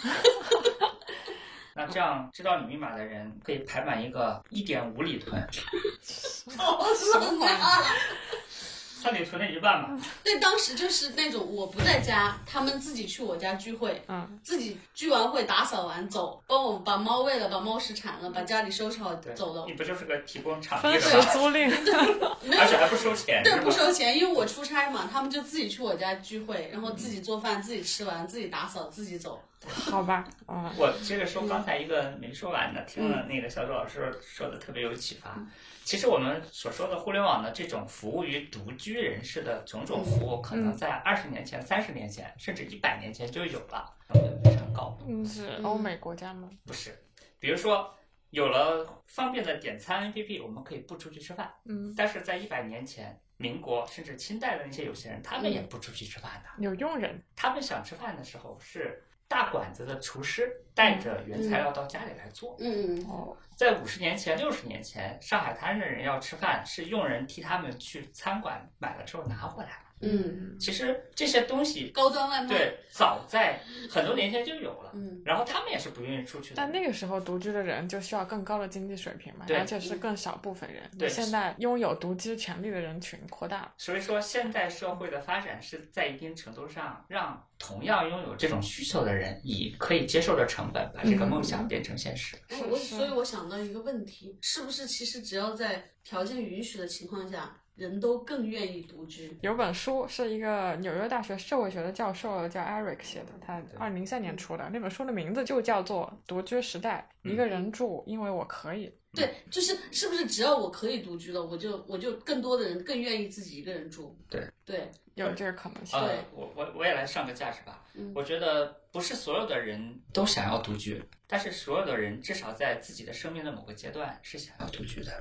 [SPEAKER 3] 那这样知道你密码的人可以排满一个一点五里屯，
[SPEAKER 2] 我 什么啊？
[SPEAKER 3] 三里屯的一半嘛。
[SPEAKER 2] 对，当时就是那种我不在家，他们自己去我家聚会，
[SPEAKER 1] 嗯，
[SPEAKER 2] 自己聚完会打扫完走，帮我把猫喂了，把猫食铲了，把家里收拾好
[SPEAKER 3] 对，
[SPEAKER 2] 走了
[SPEAKER 3] 你。不就是个提供场
[SPEAKER 1] 分
[SPEAKER 3] 地的
[SPEAKER 1] 时
[SPEAKER 3] 吗？
[SPEAKER 1] 租赁，
[SPEAKER 2] 没有
[SPEAKER 3] 而且还不收钱，
[SPEAKER 2] 对，
[SPEAKER 3] 是
[SPEAKER 2] 不
[SPEAKER 3] 吧？
[SPEAKER 2] 收钱，因为我出差嘛，他们就自己去我家聚会，然后自
[SPEAKER 3] 嗯
[SPEAKER 2] 己做饭，自己吃完，自己打扫，自己走。
[SPEAKER 1] 好吧，嗯，
[SPEAKER 3] 我接着说刚才一个没说完的，听
[SPEAKER 2] 嗯
[SPEAKER 3] 了那个小周老师说的特别有启发。其实我们所说的互联网的这种服务于独居人士的种种服务，可
[SPEAKER 2] 嗯
[SPEAKER 3] 能在二十年前、三十年前，甚至一百年前就有了，成本非常高。
[SPEAKER 1] 嗯是欧美国家吗？
[SPEAKER 3] 不是，比如说有了方便的点餐 APP，我们可以不出去吃饭，
[SPEAKER 1] 嗯，
[SPEAKER 3] 但是在一百年前。民国甚至清代的那些有钱人，他们也
[SPEAKER 2] 嗯
[SPEAKER 3] 不出去吃饭的。
[SPEAKER 1] 有佣人，
[SPEAKER 3] 他们想吃饭的时候，是大馆子的厨师带
[SPEAKER 1] 嗯
[SPEAKER 3] 着原材料到家里来做。
[SPEAKER 2] 嗯，
[SPEAKER 1] 哦，
[SPEAKER 3] 在五十年前、六十年前，上海滩的人要吃饭，是佣人替他们去餐馆买了之后拿回来。
[SPEAKER 2] 嗯，
[SPEAKER 3] 其实这些东西，
[SPEAKER 2] 高端
[SPEAKER 1] 嗯
[SPEAKER 2] 外卖。，
[SPEAKER 3] 对，早在很多年前就有了。
[SPEAKER 2] 嗯，
[SPEAKER 3] 然后他们也是不愿意出去的。
[SPEAKER 1] 但那个时候独居的人就需要更高的经济水平嘛，
[SPEAKER 3] 对
[SPEAKER 1] 而且
[SPEAKER 2] 嗯
[SPEAKER 1] 是更少部分人。
[SPEAKER 3] 对
[SPEAKER 1] 现在拥有独居权利的人群扩大了，
[SPEAKER 3] 所以说，现代社会的发展是在一定程度上让同样拥有这种需求的人，以可以接受的成本，把这
[SPEAKER 1] 嗯
[SPEAKER 3] 个梦想变成现实。
[SPEAKER 2] 我我所以，我想到一个问题，是不是其实只要在条件允许的情况下，人都更愿意独居？
[SPEAKER 1] 有本书是一个纽约大学社会学的教授叫 Eric 写的，他二零零三年出的那本书的名字就叫做《独居时代：一个人住，因为我可以》。
[SPEAKER 2] 对，
[SPEAKER 3] 嗯
[SPEAKER 2] 就是是不是只要我可以独居了，我就我就更多的人更愿意自己一个人住。
[SPEAKER 3] 对
[SPEAKER 2] 对，
[SPEAKER 1] 有这个可能性，
[SPEAKER 3] 呃
[SPEAKER 2] 对，
[SPEAKER 3] 我我我也来上个价值吧。
[SPEAKER 2] 嗯
[SPEAKER 3] 我觉得不是所有的人都想要独居，但是所有的人至少在自己的生命的某个阶段是想要独居的。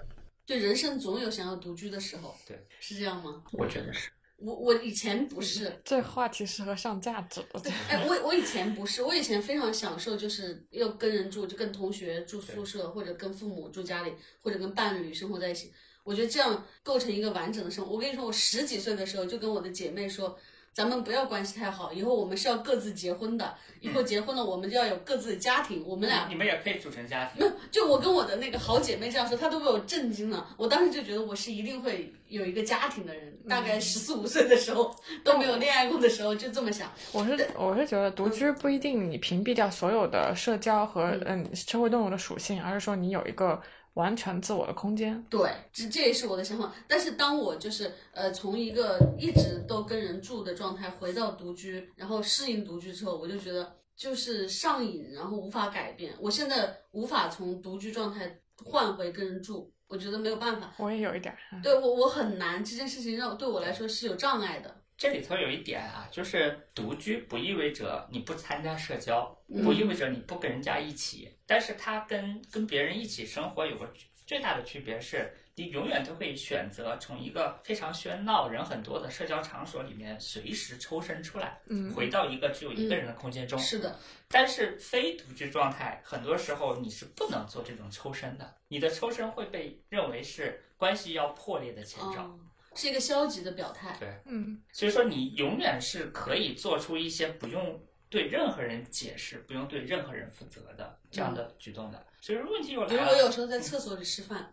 [SPEAKER 2] 就人生总有想要独居的时候。
[SPEAKER 3] 对，
[SPEAKER 2] 是这样吗？
[SPEAKER 3] 我觉得是。
[SPEAKER 2] 我我以前不是，
[SPEAKER 1] 这话题适合上价值了。
[SPEAKER 2] 哎，我我以前不是，我以前非常享受，就是要跟人住，就跟同学住宿舍，或者跟父母住家里，或者跟伴侣生活在一起。我觉得这样构成一个完整的生活。我跟你说，我十几岁的时候就跟我的姐妹说，咱们不要关系太好，以后我们是要各自结婚的，以后结婚了我们就要有各自的家庭，我们俩
[SPEAKER 3] 你们也可以组成家庭。
[SPEAKER 2] 没有， 就我跟我的那个好姐妹这样说，她都被我震惊了。我当时就觉得我是一定会有一个家庭的人，大概十四五岁的时候都没有恋爱过的时候就这么想。
[SPEAKER 1] 我是我是觉得独居不一定你屏蔽掉所有的社交和嗯社会动物的属性，而是说你有一个完全自我的空间。
[SPEAKER 2] 对，这这也是我的想法。但是当我就是呃从一个一直都跟人住的状态回到独居，然后适应独居之后，我就觉得就是上瘾，然后无法改变。我现在无法从独居状态换回跟人住，我觉得没有办法。
[SPEAKER 1] 我也有一点儿，嗯
[SPEAKER 2] 对我我很难，这件事情让对我来说是有障碍的。
[SPEAKER 3] 这里头有一点啊，就是独居不意味着你不参加社交，
[SPEAKER 2] 嗯
[SPEAKER 3] 不意味着你不跟人家一起，但是它跟跟别人一起生活有个最大的区别是，你永远都会选择从一个非常喧闹、人很多的社交场所里面随时抽身出来，
[SPEAKER 1] 嗯
[SPEAKER 3] 回到一个只有一个人的空间中。
[SPEAKER 2] 是的，
[SPEAKER 3] 但是非独居状态，很多时候你是不能做这种抽身的，你的抽身会被认为是关系要破裂的前兆。
[SPEAKER 2] 嗯，是一个消极的表态。
[SPEAKER 3] 对。
[SPEAKER 1] 嗯，
[SPEAKER 3] 所以说，你永远是可以做出一些不用对任何人解释、不用对任何人负责的这样的举动的。所以说问题又
[SPEAKER 2] 比 如
[SPEAKER 3] 来
[SPEAKER 2] 我有
[SPEAKER 3] 了，
[SPEAKER 2] 时候在厕所里吃 饭，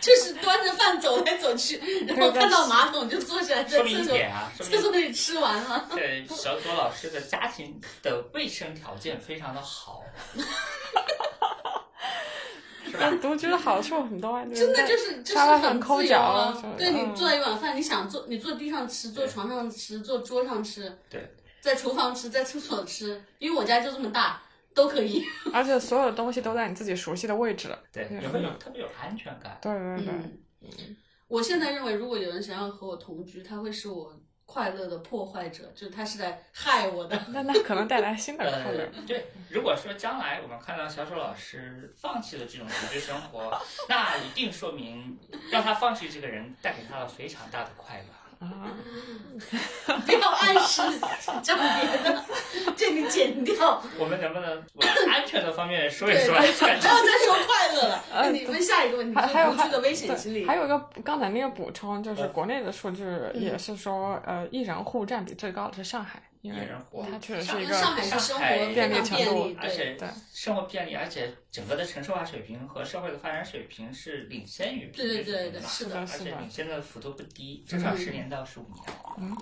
[SPEAKER 2] 就是端着饭走来走 去，然后看到马桶就坐下来，在
[SPEAKER 3] 说明
[SPEAKER 2] 厕
[SPEAKER 3] 一
[SPEAKER 2] 所
[SPEAKER 3] 点啊，说
[SPEAKER 2] 厕
[SPEAKER 3] 明
[SPEAKER 2] 所里吃完 了。
[SPEAKER 3] 这小左老师的家庭的卫生条件非常的好，是吧
[SPEAKER 1] 但？独居的好处很多啊，
[SPEAKER 2] 真的就是是就是
[SPEAKER 1] 沙发
[SPEAKER 2] 很
[SPEAKER 1] 很抠
[SPEAKER 2] 自由
[SPEAKER 1] 脚
[SPEAKER 2] 啊
[SPEAKER 1] 什么！的
[SPEAKER 2] 对你
[SPEAKER 1] 嗯
[SPEAKER 2] 做一碗饭，你想坐，你坐地上吃，坐
[SPEAKER 3] 对
[SPEAKER 2] 床上吃，坐桌上吃，
[SPEAKER 3] 对，
[SPEAKER 2] 在厨房吃，在厕所吃，因为我家就这么大，都可以。
[SPEAKER 1] 在而且所有的东西都在你自己熟悉的位置。
[SPEAKER 3] 对，
[SPEAKER 1] 嗯
[SPEAKER 3] 你会有特别有安全感。
[SPEAKER 1] 对对对，
[SPEAKER 2] 嗯，我现在认为，如果有人想要和我同居，他会是我快乐的破坏者，就是他是来害我的。
[SPEAKER 1] 那那可能带来新的快乐
[SPEAKER 3] 呃。，对，如果说将来我们看到小丑老师放弃了这种独居生活， 那一定说明让他放弃这个人带给他了非常大的快乐。
[SPEAKER 1] 啊，
[SPEAKER 2] 不要暗示讲别的，这里剪掉，
[SPEAKER 3] 我们能不能往安全的方面说一
[SPEAKER 2] 对，
[SPEAKER 3] 说？
[SPEAKER 2] 对
[SPEAKER 3] 感
[SPEAKER 2] 不
[SPEAKER 3] 觉
[SPEAKER 2] 要再说快乐了。那
[SPEAKER 1] 呃
[SPEAKER 2] 你问下一个问题，
[SPEAKER 1] 还还有
[SPEAKER 2] 就是独居的危险心理
[SPEAKER 1] 对，。还有一个刚才那个补充，就是
[SPEAKER 3] 嗯
[SPEAKER 1] 国内的数据也是说，呃，一人户占比最高的是上海，因
[SPEAKER 3] 一
[SPEAKER 1] 为
[SPEAKER 3] 人户
[SPEAKER 1] 它确实
[SPEAKER 2] 上
[SPEAKER 1] 是一个
[SPEAKER 2] 上海是生活非常
[SPEAKER 1] 便利
[SPEAKER 2] 便
[SPEAKER 1] 程
[SPEAKER 2] 利，
[SPEAKER 1] 度
[SPEAKER 3] 而
[SPEAKER 2] 对
[SPEAKER 3] 且
[SPEAKER 1] 对
[SPEAKER 3] 生活便利，而且整个的城市化水平和社会的发展水平是领先于
[SPEAKER 2] 对对对
[SPEAKER 3] 平均水平
[SPEAKER 2] 对，
[SPEAKER 3] 嘛
[SPEAKER 2] 是
[SPEAKER 1] 的
[SPEAKER 2] 的。
[SPEAKER 3] 而
[SPEAKER 1] 是
[SPEAKER 3] 且
[SPEAKER 1] 的
[SPEAKER 3] 领先的幅度不低，至少
[SPEAKER 2] 嗯
[SPEAKER 3] 十年到十五年。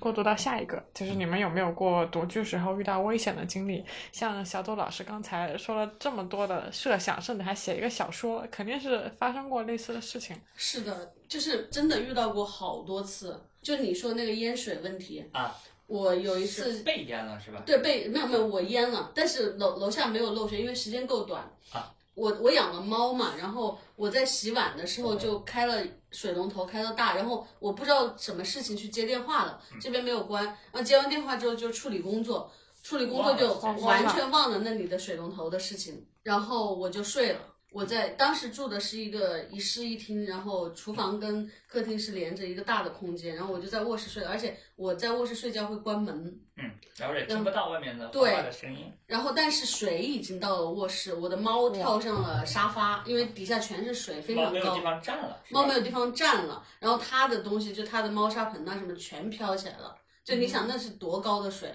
[SPEAKER 1] 过渡到下一个，就是你们有没有过独居时候遇到危险的经历？像小左老师刚才说了这么多的设想，甚至还写一个小说，肯定是发生过类似的事情。
[SPEAKER 2] 是的，就是真的遇到过好多次。就你说那个淹水问题
[SPEAKER 3] 啊，
[SPEAKER 2] 我有一次
[SPEAKER 3] 是被淹了是吧？
[SPEAKER 2] 对，被没有没有我淹了，但是楼楼下没有漏水，因为时间够短。
[SPEAKER 3] 啊，
[SPEAKER 2] 我我养了猫嘛，然后我在洗碗的时
[SPEAKER 3] 嗯
[SPEAKER 2] 候就开了水龙头开到大，然后我不知道什么事情去接电话了，
[SPEAKER 3] 嗯
[SPEAKER 2] 这边没有关，然后接完电话之后就处理工作，处理工作就
[SPEAKER 3] 忘
[SPEAKER 1] 了
[SPEAKER 2] 完全忘了那里的水龙头的事情，然后我就睡了。我在当时住的是一个一室一厅，然后厨房跟客厅是连着一个大的空间，然后我就在卧室睡了，而且我在卧室睡觉会关门，
[SPEAKER 3] 嗯，然后也听不到外面的哗
[SPEAKER 2] 对
[SPEAKER 3] 哗的声音。
[SPEAKER 2] 然后，但是水已经到了卧室，我的猫跳上了沙发，因为底下全是水，非
[SPEAKER 3] 猫
[SPEAKER 2] 常
[SPEAKER 3] 没有
[SPEAKER 2] 高
[SPEAKER 3] 地，方站了，是吧
[SPEAKER 2] 猫没有地方站了。然后它的东西，就它的猫砂盆呐什么，全飘起来了。就
[SPEAKER 1] 嗯
[SPEAKER 2] 你想，那是多高的水？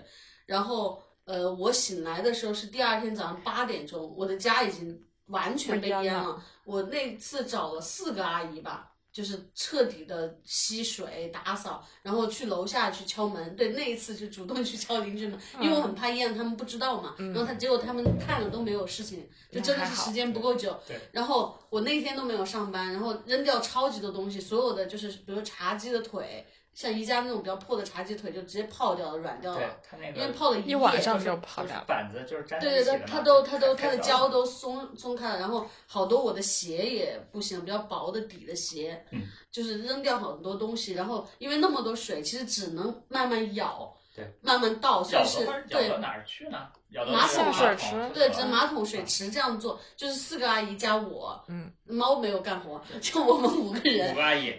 [SPEAKER 2] 然后，呃，我醒来的时候是第二天早上八点钟，我的家已经完全被淹
[SPEAKER 1] 被淹
[SPEAKER 2] 了。我那次找了四个阿姨吧。就是彻底的吸水打扫，然后去楼下去敲门。对，那一次就主动去敲邻居门，
[SPEAKER 1] 嗯
[SPEAKER 2] 因为我很怕淹，他们不知道嘛。然后他结果他们看了都没有事情，就真的
[SPEAKER 1] 那还
[SPEAKER 2] 是
[SPEAKER 1] 好
[SPEAKER 2] 时间不够久。
[SPEAKER 3] 对
[SPEAKER 2] 然后我那天都没有上班，然后扔掉超级多东西，所有的就是比如茶几的腿，像宜家那种比较破的茶几腿就直接泡掉了，软掉
[SPEAKER 3] 对
[SPEAKER 2] 了，
[SPEAKER 3] 它那
[SPEAKER 2] 因为
[SPEAKER 3] 个
[SPEAKER 2] 泡了一
[SPEAKER 1] 一
[SPEAKER 2] 夜
[SPEAKER 1] 晚
[SPEAKER 2] 就
[SPEAKER 1] 上
[SPEAKER 2] 是
[SPEAKER 1] 就跑
[SPEAKER 3] 就是
[SPEAKER 1] 掉，
[SPEAKER 3] 板子就是粘在
[SPEAKER 2] 对
[SPEAKER 3] 一起
[SPEAKER 2] 对
[SPEAKER 3] 的
[SPEAKER 2] 对，
[SPEAKER 3] 嘛
[SPEAKER 2] 它都它都它的
[SPEAKER 3] 太
[SPEAKER 2] 胶
[SPEAKER 3] 糟了
[SPEAKER 2] 都松松开了，然后好多我的鞋也不行，比较薄的底的鞋，
[SPEAKER 3] 嗯
[SPEAKER 2] 就是扔掉很多东西，然后因为那么多水，其实只能慢慢舀，
[SPEAKER 3] 对，
[SPEAKER 2] 慢慢倒，所
[SPEAKER 3] 咬
[SPEAKER 2] 以是
[SPEAKER 3] 到会儿咬
[SPEAKER 2] 对
[SPEAKER 3] 到哪儿去呢？咬到
[SPEAKER 2] 马
[SPEAKER 3] 这个
[SPEAKER 2] 桶
[SPEAKER 1] 水
[SPEAKER 3] 桶
[SPEAKER 1] 池
[SPEAKER 2] 对，
[SPEAKER 3] 是
[SPEAKER 2] 只
[SPEAKER 3] 吧
[SPEAKER 2] 马桶水池这样做，就是四个阿姨加我，
[SPEAKER 1] 嗯，
[SPEAKER 2] 猫没有干活，就我们五个
[SPEAKER 3] 五
[SPEAKER 2] 人，
[SPEAKER 3] 个阿姨，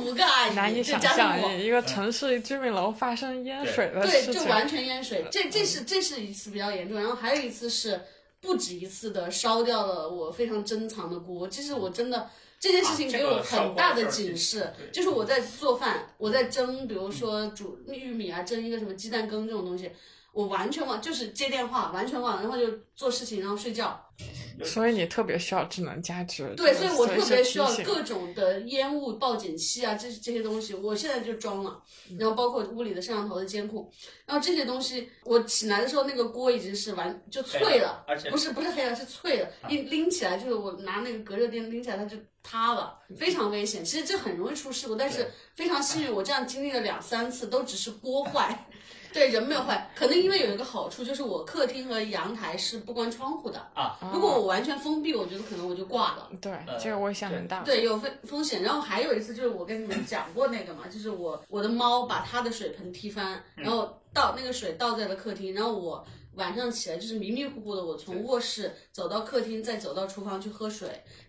[SPEAKER 2] 五个阿姨，
[SPEAKER 1] 难以
[SPEAKER 2] 就
[SPEAKER 1] 想
[SPEAKER 2] 加上
[SPEAKER 1] 象哎
[SPEAKER 2] 我，
[SPEAKER 1] 一个城市居民楼发生淹水的
[SPEAKER 2] 对，
[SPEAKER 1] 事
[SPEAKER 2] 就
[SPEAKER 1] 情。嗯
[SPEAKER 2] 完全淹水。这这是这是一次比较严重，然后还有一次是。不止一次的烧掉了我非常珍藏的锅，这是我真的这件事情
[SPEAKER 3] 啊
[SPEAKER 2] 给
[SPEAKER 3] 这个
[SPEAKER 2] 我
[SPEAKER 3] 烧
[SPEAKER 2] 很
[SPEAKER 3] 锅
[SPEAKER 2] 大的
[SPEAKER 3] 的事儿
[SPEAKER 2] 警示，
[SPEAKER 3] 对嗯
[SPEAKER 2] 就是我在做饭，我在蒸，比如说煮玉米啊，蒸一个什么鸡蛋羹这种东西，我完全忘，就是接电话，完全忘了，然后就做事情，然后睡觉。
[SPEAKER 1] 所以你特别需要智能家居。
[SPEAKER 2] 对，所以我
[SPEAKER 1] 随时
[SPEAKER 2] 特别需要
[SPEAKER 1] 提醒
[SPEAKER 2] 各种的烟雾报警器啊，这这些东西，我现在就装了，然后包括屋里的摄像头的监控，然后这些东西，我起来的时候那个锅已经是完就脆了，
[SPEAKER 3] 而且
[SPEAKER 2] 不是不是黑了，是脆了，一拎起来就是我拿那个隔热垫拎起来它就塌了，非常危险。其实这很容易出事故，但是
[SPEAKER 3] 对
[SPEAKER 2] 非常幸运，我这样经历了两三次，都只是锅坏。对人没有坏，可能因为有一个好处，就是我客厅和阳台是不关窗户的。
[SPEAKER 3] 啊，
[SPEAKER 1] 哦
[SPEAKER 2] 如果我完全封闭，我觉得可能我就挂了。
[SPEAKER 1] 对
[SPEAKER 3] 呃
[SPEAKER 1] 这个危险很大。
[SPEAKER 2] 对，有风风险。然后还有一次就是我跟你们讲过那个嘛，就是我我的猫把它的水盆踢翻，然后倒那个水倒在了客厅，然后我晚上起来就是迷迷糊糊的，我从卧室走到客厅，再走到厨房去喝水。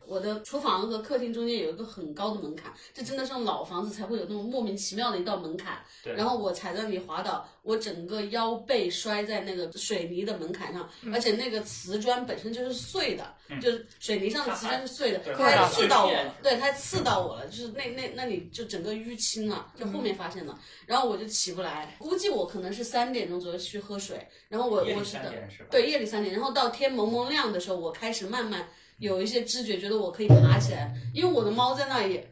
[SPEAKER 2] 我的厨房和客厅中间有一个很高的门槛，这真的是老房子才会有那种莫名其妙的一道门槛。
[SPEAKER 3] 对
[SPEAKER 2] 然后我踩在里滑倒，我整个腰背摔在那个水泥的门槛上，而且那个瓷砖本身就是碎的，就是水泥上的瓷砖是碎的，
[SPEAKER 3] 对
[SPEAKER 2] 它还
[SPEAKER 1] 对
[SPEAKER 2] 刺到我
[SPEAKER 3] 对
[SPEAKER 2] 了，对，它还刺到我了，就是那那那里就整个淤青了，就后面
[SPEAKER 3] 嗯
[SPEAKER 2] 发现的。然后我就起不来，估计我可能是三点钟左右去喝水，然后我
[SPEAKER 3] 夜里
[SPEAKER 2] 我是
[SPEAKER 3] 三
[SPEAKER 2] 的，
[SPEAKER 3] 点是吧？
[SPEAKER 2] 对，夜里三点，然后到天蒙蒙亮的时候，我开始慢慢有一些知觉，觉得我可以爬起来，因为我的猫在那里。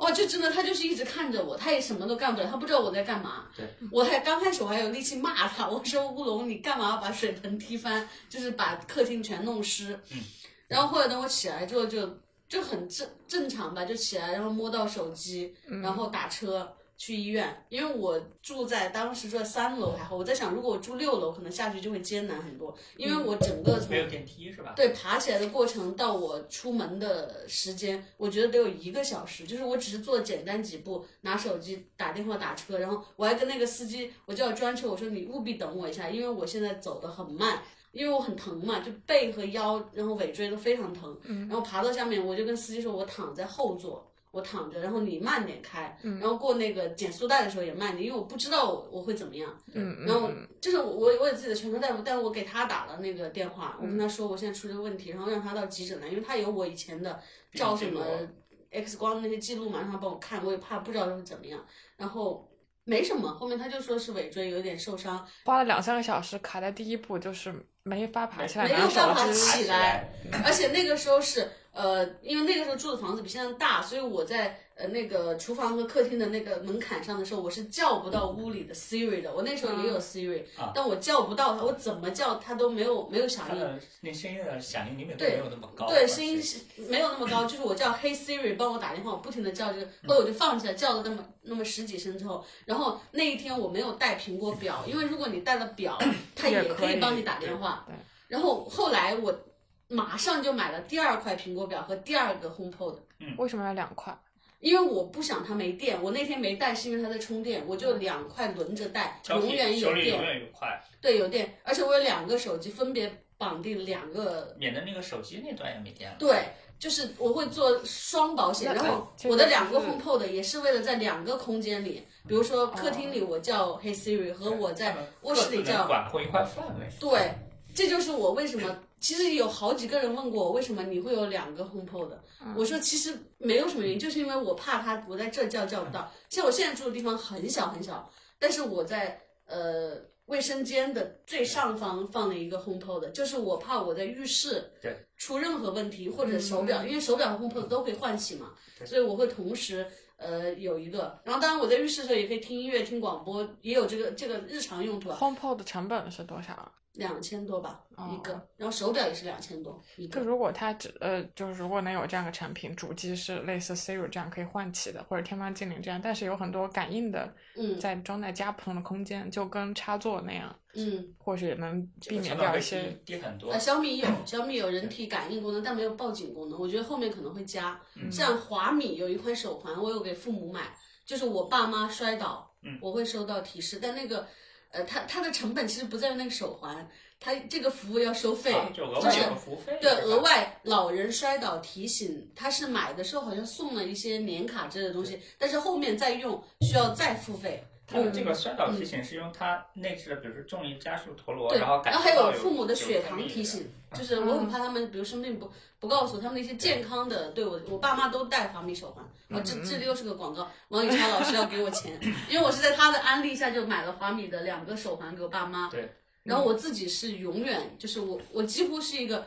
[SPEAKER 2] 哇，就真的，它就是一直看着我，它也什么都干不了，它不知道我在干嘛。
[SPEAKER 3] 对，
[SPEAKER 2] 我还刚开始我还有力气骂它，我说乌龙，你干嘛把水盆踢翻，就是把客厅全弄湿。
[SPEAKER 3] 嗯。
[SPEAKER 2] 然后后来等我起来之后就就很正正常吧，就起来，然后摸到手机，然后打车去医院，因为我住在当时住在三楼还好，我在想如果我住六楼，可能下去就会艰难很多，因为我整个从
[SPEAKER 3] 没有电梯是吧？
[SPEAKER 2] 对爬起来的过程到我出门的时间，我觉得得有一个小时，就是我只是做简单几步，拿手机打电话打车，然后我还跟那个司机我叫专车，我说你务必等我一下，因为我现在走得很慢。因为我很疼嘛，就背和腰，然后尾椎都非常疼，然后爬到下面，我就跟司机说，我躺在后座，我躺着，然后你慢点开，然后过那个减速带的时候也慢点，因为我不知道我我会怎么样。
[SPEAKER 1] 嗯嗯
[SPEAKER 2] 然后就是我我有自己的全科大夫，但是我给他打了那个电话，我跟他说我现在出这个问题，然后让他到急诊来，因为他有我以前的照什么
[SPEAKER 3] 记录
[SPEAKER 2] X 光那些记录嘛，让他帮我看，我也怕不知道是怎么样。然后没什么，后面他就说是尾椎有点受伤，
[SPEAKER 1] 花了两三个小时卡在第一步，就是没法爬起来
[SPEAKER 2] 没
[SPEAKER 1] 拿
[SPEAKER 2] 有
[SPEAKER 1] 手
[SPEAKER 2] 办法
[SPEAKER 1] 机。
[SPEAKER 2] 起来，而且那个时候是呃，因为那个时候住的房子比现在大，所以我在呃那个厨房和客厅的那个门槛上的时候，我是叫不到屋里的 Siri 的。我那时候也有 Siri，、
[SPEAKER 3] 啊
[SPEAKER 2] 但我叫不到它，我怎么叫它都没有没有响
[SPEAKER 3] 它
[SPEAKER 2] 应。
[SPEAKER 3] 的呃那声音的响应灵敏度
[SPEAKER 2] 对
[SPEAKER 3] 没有那么高，
[SPEAKER 2] 对，声音是没有那么高，就是我叫 Hey Siri 帮我打电话，我不停的叫这个，后来我就放弃了，叫了那么那么十几声之后，然后那一天我没有带苹果表，因为如果你带了表，它
[SPEAKER 1] 也
[SPEAKER 2] 也
[SPEAKER 1] 可
[SPEAKER 2] 可以
[SPEAKER 1] 以
[SPEAKER 2] 帮你打电话
[SPEAKER 1] 对对。
[SPEAKER 2] 然后后来我马上就买了第二块苹果表和第二个 HomePod，
[SPEAKER 1] 为什么要两块？
[SPEAKER 2] 因为我不想它没电，我那天没带是因为它在充电，我就两块轮着带，
[SPEAKER 3] 交替
[SPEAKER 2] 永远有
[SPEAKER 3] 手里永
[SPEAKER 2] 电，
[SPEAKER 3] 远有快，
[SPEAKER 2] 对，有电，而且我有两个手机分别绑定两个
[SPEAKER 3] 免得那个手机那段也没电了。
[SPEAKER 2] 对，就是我会做双保险，
[SPEAKER 1] 那哎
[SPEAKER 2] 然后
[SPEAKER 1] 这个
[SPEAKER 2] 我的两个
[SPEAKER 1] 是
[SPEAKER 2] HomePod 也是为了在两个空间里，比如说客厅里我叫 Hey Siri 和我在卧室里
[SPEAKER 3] 各自能
[SPEAKER 2] 叫，
[SPEAKER 3] 管控一块范围。
[SPEAKER 2] 对，这就是我为什么。其实有好几个人问过我，为什么你会有两个 HomePod？的我说其实没有什么原因，就是因为我怕它我在这叫叫不到。像我现在住的地方很小很小，但是我在呃卫生间的最上方放了一个 HomePod，就是我怕我在浴室
[SPEAKER 3] 对
[SPEAKER 2] 出任何问题或者手表，因为手表和 HomePod 都可以换洗嘛，所以我会同时呃有一个。然后当然我在浴室的时候也可以听音乐、听广播，也有这个这个日常用途啊。
[SPEAKER 1] HomePod 的成本是多少啊？
[SPEAKER 2] 两千多吧、
[SPEAKER 1] 哦
[SPEAKER 2] 一个，然后手表也是两千多一
[SPEAKER 1] 就
[SPEAKER 2] 个。
[SPEAKER 1] 如果它只呃，就是如果能有这样的产品，主机是类似 Siri 这样可以唤起的，或者天猫精灵这样，但是有很多感应的，
[SPEAKER 2] 嗯
[SPEAKER 1] 在装在家不同的空间，就跟插座那样，
[SPEAKER 2] 嗯，
[SPEAKER 1] 或许也能避免
[SPEAKER 3] 成本
[SPEAKER 1] 掉
[SPEAKER 3] 会
[SPEAKER 1] 一些
[SPEAKER 3] 低低很多
[SPEAKER 2] 呃，。小米有小米有人体感应功能，但没有报警功能，我觉得后面可能会加。
[SPEAKER 3] 嗯
[SPEAKER 2] 像华米有一款手环，我有给父母买，就是我爸妈摔倒，
[SPEAKER 3] 嗯
[SPEAKER 2] 我会收到提示，但那个。呃，它它的成本其实不在于那个手环，它这个服务要收费，
[SPEAKER 3] 啊就额
[SPEAKER 2] 就
[SPEAKER 3] 外
[SPEAKER 2] 是
[SPEAKER 3] 有个服务费，
[SPEAKER 2] 对，
[SPEAKER 3] 是吧
[SPEAKER 2] 额外老人摔倒提醒，他是买的时候好像送了一些年卡之类的东西，但是后面再用需要再付费，
[SPEAKER 3] 它的这个衰老提醒是用它内置的，比如说重力加速陀螺，
[SPEAKER 2] 嗯对，
[SPEAKER 3] 然后感
[SPEAKER 2] 然后
[SPEAKER 3] 受
[SPEAKER 2] 还
[SPEAKER 3] 到
[SPEAKER 2] 有
[SPEAKER 3] 有
[SPEAKER 2] 父母的血
[SPEAKER 3] 有
[SPEAKER 2] 糖
[SPEAKER 3] 这个
[SPEAKER 2] 提
[SPEAKER 3] 力
[SPEAKER 2] 醒
[SPEAKER 3] 量，
[SPEAKER 2] 就是我很怕他们，比如生病不不告诉我他们的一些健康的，对我我爸妈都戴华米手环，我
[SPEAKER 3] 嗯
[SPEAKER 2] 这这又是个广告，王宇超老师要给我钱，因为我是在他的安利下就买了华米的两个手环给我爸妈，
[SPEAKER 3] 对，
[SPEAKER 2] 然
[SPEAKER 3] 嗯
[SPEAKER 2] 后我自己是永远就是我我几乎是一个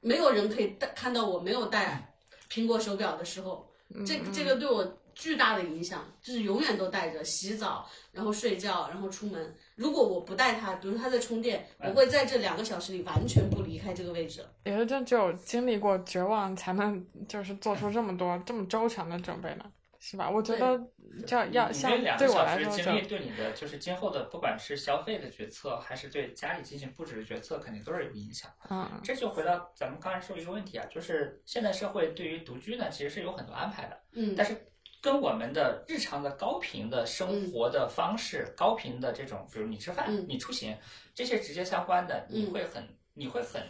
[SPEAKER 2] 没有人可以戴看到我没有戴苹果手表的时候，
[SPEAKER 3] 嗯
[SPEAKER 2] 这这个对我巨大的影响，就是永远都戴着，洗澡，然后睡觉，然后出门。如果我不戴它，比如它在充电，
[SPEAKER 3] 哎
[SPEAKER 2] 我会在这两个小时里完全不离开这个位置。
[SPEAKER 1] 也是真只有经历过绝望，才能就是做出这么多这么周全的准备呢，是吧？我觉得要啊要
[SPEAKER 3] 你
[SPEAKER 1] 像
[SPEAKER 3] 这两
[SPEAKER 1] 对
[SPEAKER 3] 个
[SPEAKER 1] 我
[SPEAKER 3] 小
[SPEAKER 1] 来
[SPEAKER 3] 时
[SPEAKER 1] 说
[SPEAKER 3] 经历
[SPEAKER 1] 就
[SPEAKER 3] 对你的就是今后的，不管是消费的决策，还是对家里进行布置的决策，肯定都是有影响。
[SPEAKER 1] 嗯
[SPEAKER 3] 这就回到咱们刚才说一个问题啊，就是现代社会对于独居呢，其实是有很多安排的，
[SPEAKER 2] 嗯
[SPEAKER 3] 但，是跟我们的日常的高频的生活的方式、高频的这种，比如你吃饭、
[SPEAKER 2] 嗯
[SPEAKER 3] 你出行，这些直接相关的，
[SPEAKER 2] 嗯
[SPEAKER 3] 你会很，你会很。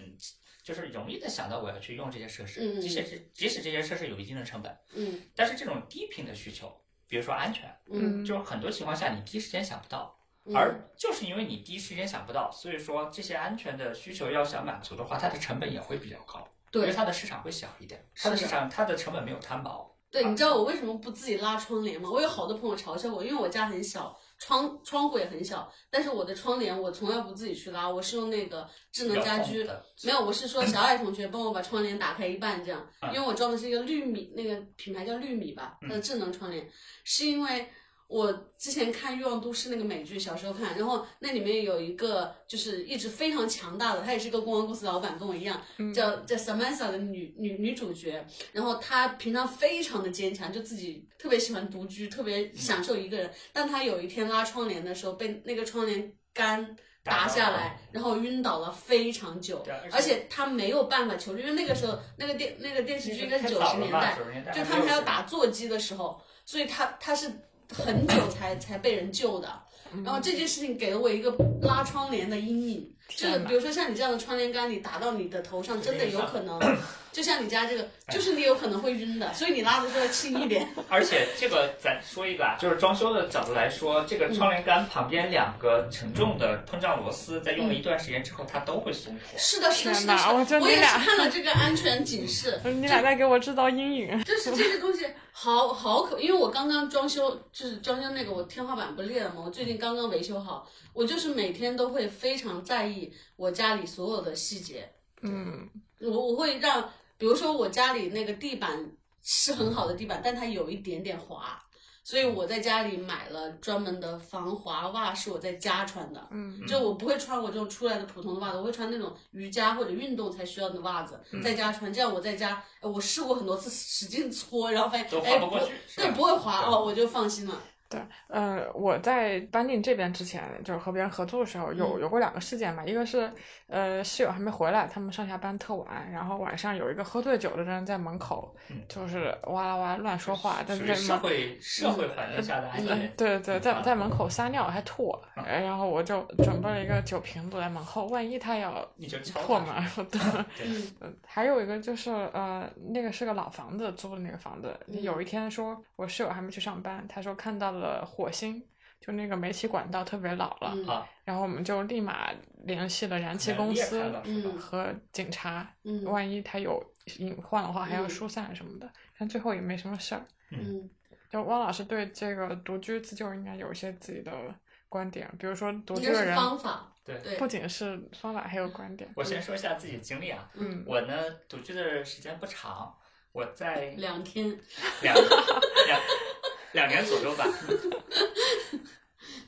[SPEAKER 3] 就是容易的想到我要去用这些设施，
[SPEAKER 2] 嗯嗯
[SPEAKER 3] 即使是即使这些设施有一定的成本，
[SPEAKER 2] 嗯
[SPEAKER 3] 但是这种低频的需求，比如说安全，
[SPEAKER 2] 嗯，
[SPEAKER 1] 嗯
[SPEAKER 3] 就是很多情况下你第一时间想不到，
[SPEAKER 2] 嗯
[SPEAKER 3] 而就是因为你第一时间想不到，所以说这些安全的需求要想满足的话，它的成本也会比较高，因为
[SPEAKER 2] 对
[SPEAKER 3] 它的市场会小一点，
[SPEAKER 2] 是
[SPEAKER 3] 它的
[SPEAKER 2] 的
[SPEAKER 3] 市场它的成本没有摊薄，
[SPEAKER 2] 对，你知道我为什么不自己拉窗帘吗？我有好多朋友嘲笑我，因为我家很小，窗窗户也很小，但是我的窗帘我从来不自己去拉，我是用那个智能家居
[SPEAKER 3] 遥控的
[SPEAKER 2] 没有，我是说小爱同学帮我把窗帘打开一半这样，
[SPEAKER 3] 嗯
[SPEAKER 2] 因为我装的是一个绿米，那个品牌叫绿米吧，它的智能窗帘，是因为我之前看《欲望都市》那个美剧，小时候看，然后那里面有一个就是一直非常强大的，她也是个公关公司老板，跟我一样，叫叫 Samantha 的女女女主角，然后她平常非常的坚强，就自己特别喜欢独居，特别享受一个人，但她有一天拉窗帘的时候被那个窗帘杆。
[SPEAKER 3] 打
[SPEAKER 2] 打
[SPEAKER 3] 到
[SPEAKER 2] 下
[SPEAKER 3] 了
[SPEAKER 2] 来，然后晕倒了非常久
[SPEAKER 3] 对而，且
[SPEAKER 2] 而且他没有办法求助，因为那个时候那个电那个电视剧应该是九十年代
[SPEAKER 3] 九，十年代
[SPEAKER 2] 就他们还要打座机的时候，所以他他是很久才才被人救的。然后这件事情给了我一个拉窗帘的阴影，就是
[SPEAKER 1] 天哪
[SPEAKER 2] 比如说像你这样的窗帘杆，你打到你的头上，真的有可能，哎就像你家这个，就是你有可能会晕的，所以你拉的就要轻一点。
[SPEAKER 3] 而且这个咱说一个啊，就是装修的角度来说，这个窗帘杆旁边两个承重的膨胀螺丝，在用了一段时间之后，它都会松脱。
[SPEAKER 2] 是的，是 的，是的，
[SPEAKER 1] 天
[SPEAKER 2] 是
[SPEAKER 1] 哪我觉
[SPEAKER 2] 的
[SPEAKER 1] 得
[SPEAKER 2] 我
[SPEAKER 1] 你
[SPEAKER 2] 也是
[SPEAKER 1] 俩
[SPEAKER 2] 看了这个安全警示，
[SPEAKER 1] 嗯，你俩在给我制造阴影，
[SPEAKER 2] 就是这些东西好好可，因为我刚刚装修，就是装修那个我天花板不裂了嘛，我最近刚刚维修好，我就是每天都会非常在意我家里所有的细节，
[SPEAKER 1] 嗯
[SPEAKER 2] 我我会让，比如说我家里那个地板是很好的地板，但它有一点点滑，所以我在家里买了专门的防滑袜，是我在家穿的，
[SPEAKER 1] 嗯
[SPEAKER 2] 就我不会穿我这种出来的普通的袜子，我会穿那种瑜伽或者运动才需要的袜子，
[SPEAKER 1] 嗯
[SPEAKER 2] 在家穿。这样我在家，呃我试过很多次，使劲搓，然后发现
[SPEAKER 3] 都滑
[SPEAKER 2] 哎
[SPEAKER 3] 不
[SPEAKER 2] 不
[SPEAKER 3] 过去是吧
[SPEAKER 2] 对，不会滑
[SPEAKER 3] 对
[SPEAKER 2] 哦，我就放心了。
[SPEAKER 1] 对，呃，我在搬进这边之前，就是和别人合租的时候，
[SPEAKER 3] 嗯
[SPEAKER 1] 有有过两个事件嘛，一个是，呃，室友还没回来，他们上下班特晚，然后晚上有一个喝醉酒的人在门口
[SPEAKER 3] 嗯，
[SPEAKER 1] 就是哇啦哇乱说话，但
[SPEAKER 3] 属
[SPEAKER 1] 是
[SPEAKER 3] 于
[SPEAKER 1] 在
[SPEAKER 3] 社
[SPEAKER 1] 门
[SPEAKER 3] 会社会环境下的安全。
[SPEAKER 1] 对对，
[SPEAKER 3] 嗯
[SPEAKER 1] 在在门口撒尿还吐，呃然后我就准备了一个酒瓶子在门后，万一他要
[SPEAKER 3] 你就敲
[SPEAKER 1] 破
[SPEAKER 3] 他
[SPEAKER 1] 门儿，对。
[SPEAKER 2] 嗯
[SPEAKER 1] 嗯还有一个就是呃，那个是个老房子租的那个房子，
[SPEAKER 2] 嗯
[SPEAKER 1] 有一天说我室友还没去上班，他说看到了火星，就那个煤气管道特别老了，
[SPEAKER 2] 嗯
[SPEAKER 3] 啊，
[SPEAKER 1] 然后我们就立马联系了燃气公
[SPEAKER 3] 你也看
[SPEAKER 1] 司哎
[SPEAKER 3] 到是吧
[SPEAKER 2] 嗯
[SPEAKER 1] 和警察，
[SPEAKER 2] 嗯
[SPEAKER 1] 万一他有隐患的话还要
[SPEAKER 2] 嗯
[SPEAKER 1] 疏散什么的，但最后也没什么事儿。
[SPEAKER 2] 嗯
[SPEAKER 1] 就汪老师对这个独居自救应该有一些自己的观点，比如说独
[SPEAKER 2] 应
[SPEAKER 1] 居
[SPEAKER 2] 该
[SPEAKER 1] 的
[SPEAKER 2] 是
[SPEAKER 1] 人
[SPEAKER 2] 方法。
[SPEAKER 3] 对
[SPEAKER 2] 对
[SPEAKER 1] 不，仅是方法，还有观点。
[SPEAKER 3] 我先说一下自己的经历啊，
[SPEAKER 1] 嗯
[SPEAKER 3] 我呢独居的时间不长，我在
[SPEAKER 2] 两天，
[SPEAKER 3] 两两两年左右吧。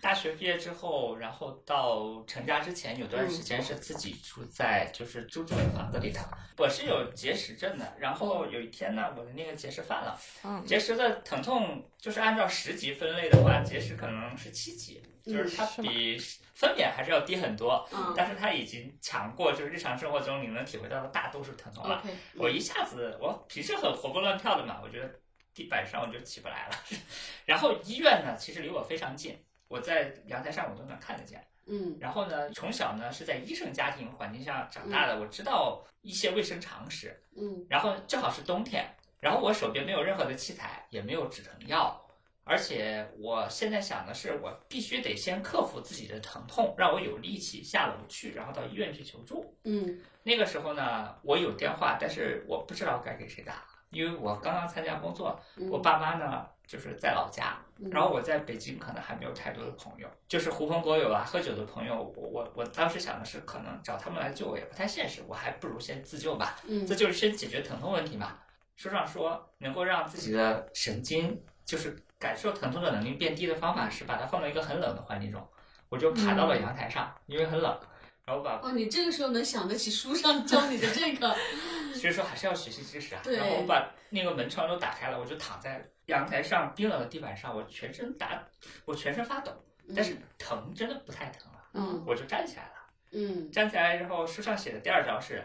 [SPEAKER 3] 大学毕业之后，然后到成家之前有段时间是自己住在就是租住的房子里的。我是有结石症的，然后有一天呢，我的那个结石犯了。
[SPEAKER 1] 嗯
[SPEAKER 3] 结石的疼痛就是按照十级分类的话，结石可能是七级，就是它
[SPEAKER 1] 是吗
[SPEAKER 3] 比分娩还是要低很多，
[SPEAKER 2] 嗯
[SPEAKER 3] 但是它已经强过就是日常生活中你能体会到的大多数疼痛了。
[SPEAKER 2] ，OK，
[SPEAKER 3] 我一下子我平时很活蹦乱跳的嘛，我觉得地板上我就起不来了。 然后医院呢，其实离我非常近，我在阳台上我都能看得见。
[SPEAKER 2] 嗯
[SPEAKER 3] 然后呢，从小呢是在医生家庭环境下长大的，我知道一些卫生常识。
[SPEAKER 2] 嗯
[SPEAKER 3] 然后正好是冬天，然后我手边没有任何的器材，也没有止疼药，而且我现在想的是，我必须得先克服自己的疼痛，让我有力气下楼去，然后到医院去求助。
[SPEAKER 2] 嗯
[SPEAKER 3] 那个时候呢，我有电话，但是我不知道该给谁打，因为我刚刚参加工作，
[SPEAKER 2] 嗯，
[SPEAKER 3] 我爸妈呢就是在老家，
[SPEAKER 2] 嗯，
[SPEAKER 3] 然后我在北京可能还没有太多的朋友，就是狐朋狗友啊、喝酒的朋友，我我我当时想的是，可能找他们来救我也不太现实，我还不如先自救吧，
[SPEAKER 2] 嗯
[SPEAKER 3] 这就是先解决疼痛问题嘛。书上说，能够让自己的神经就是感受疼痛的能力变低的方法是把它放到一个很冷的环境中，我就爬到了
[SPEAKER 2] 嗯
[SPEAKER 3] 阳台上，因为很冷，然后把
[SPEAKER 2] 哦，你这个时候能想得起书上教你的这 个，嗯
[SPEAKER 3] 所以说还是要学习知识啊。
[SPEAKER 2] 对
[SPEAKER 3] 然后我把那个门窗都打开了，我就躺在阳台上冰冷的地板上，我全身打，我全身发抖，但是疼真的不太疼了，
[SPEAKER 2] 嗯
[SPEAKER 3] 我就站起来了。
[SPEAKER 2] 嗯
[SPEAKER 3] 站起来之后，书上写的第二招是，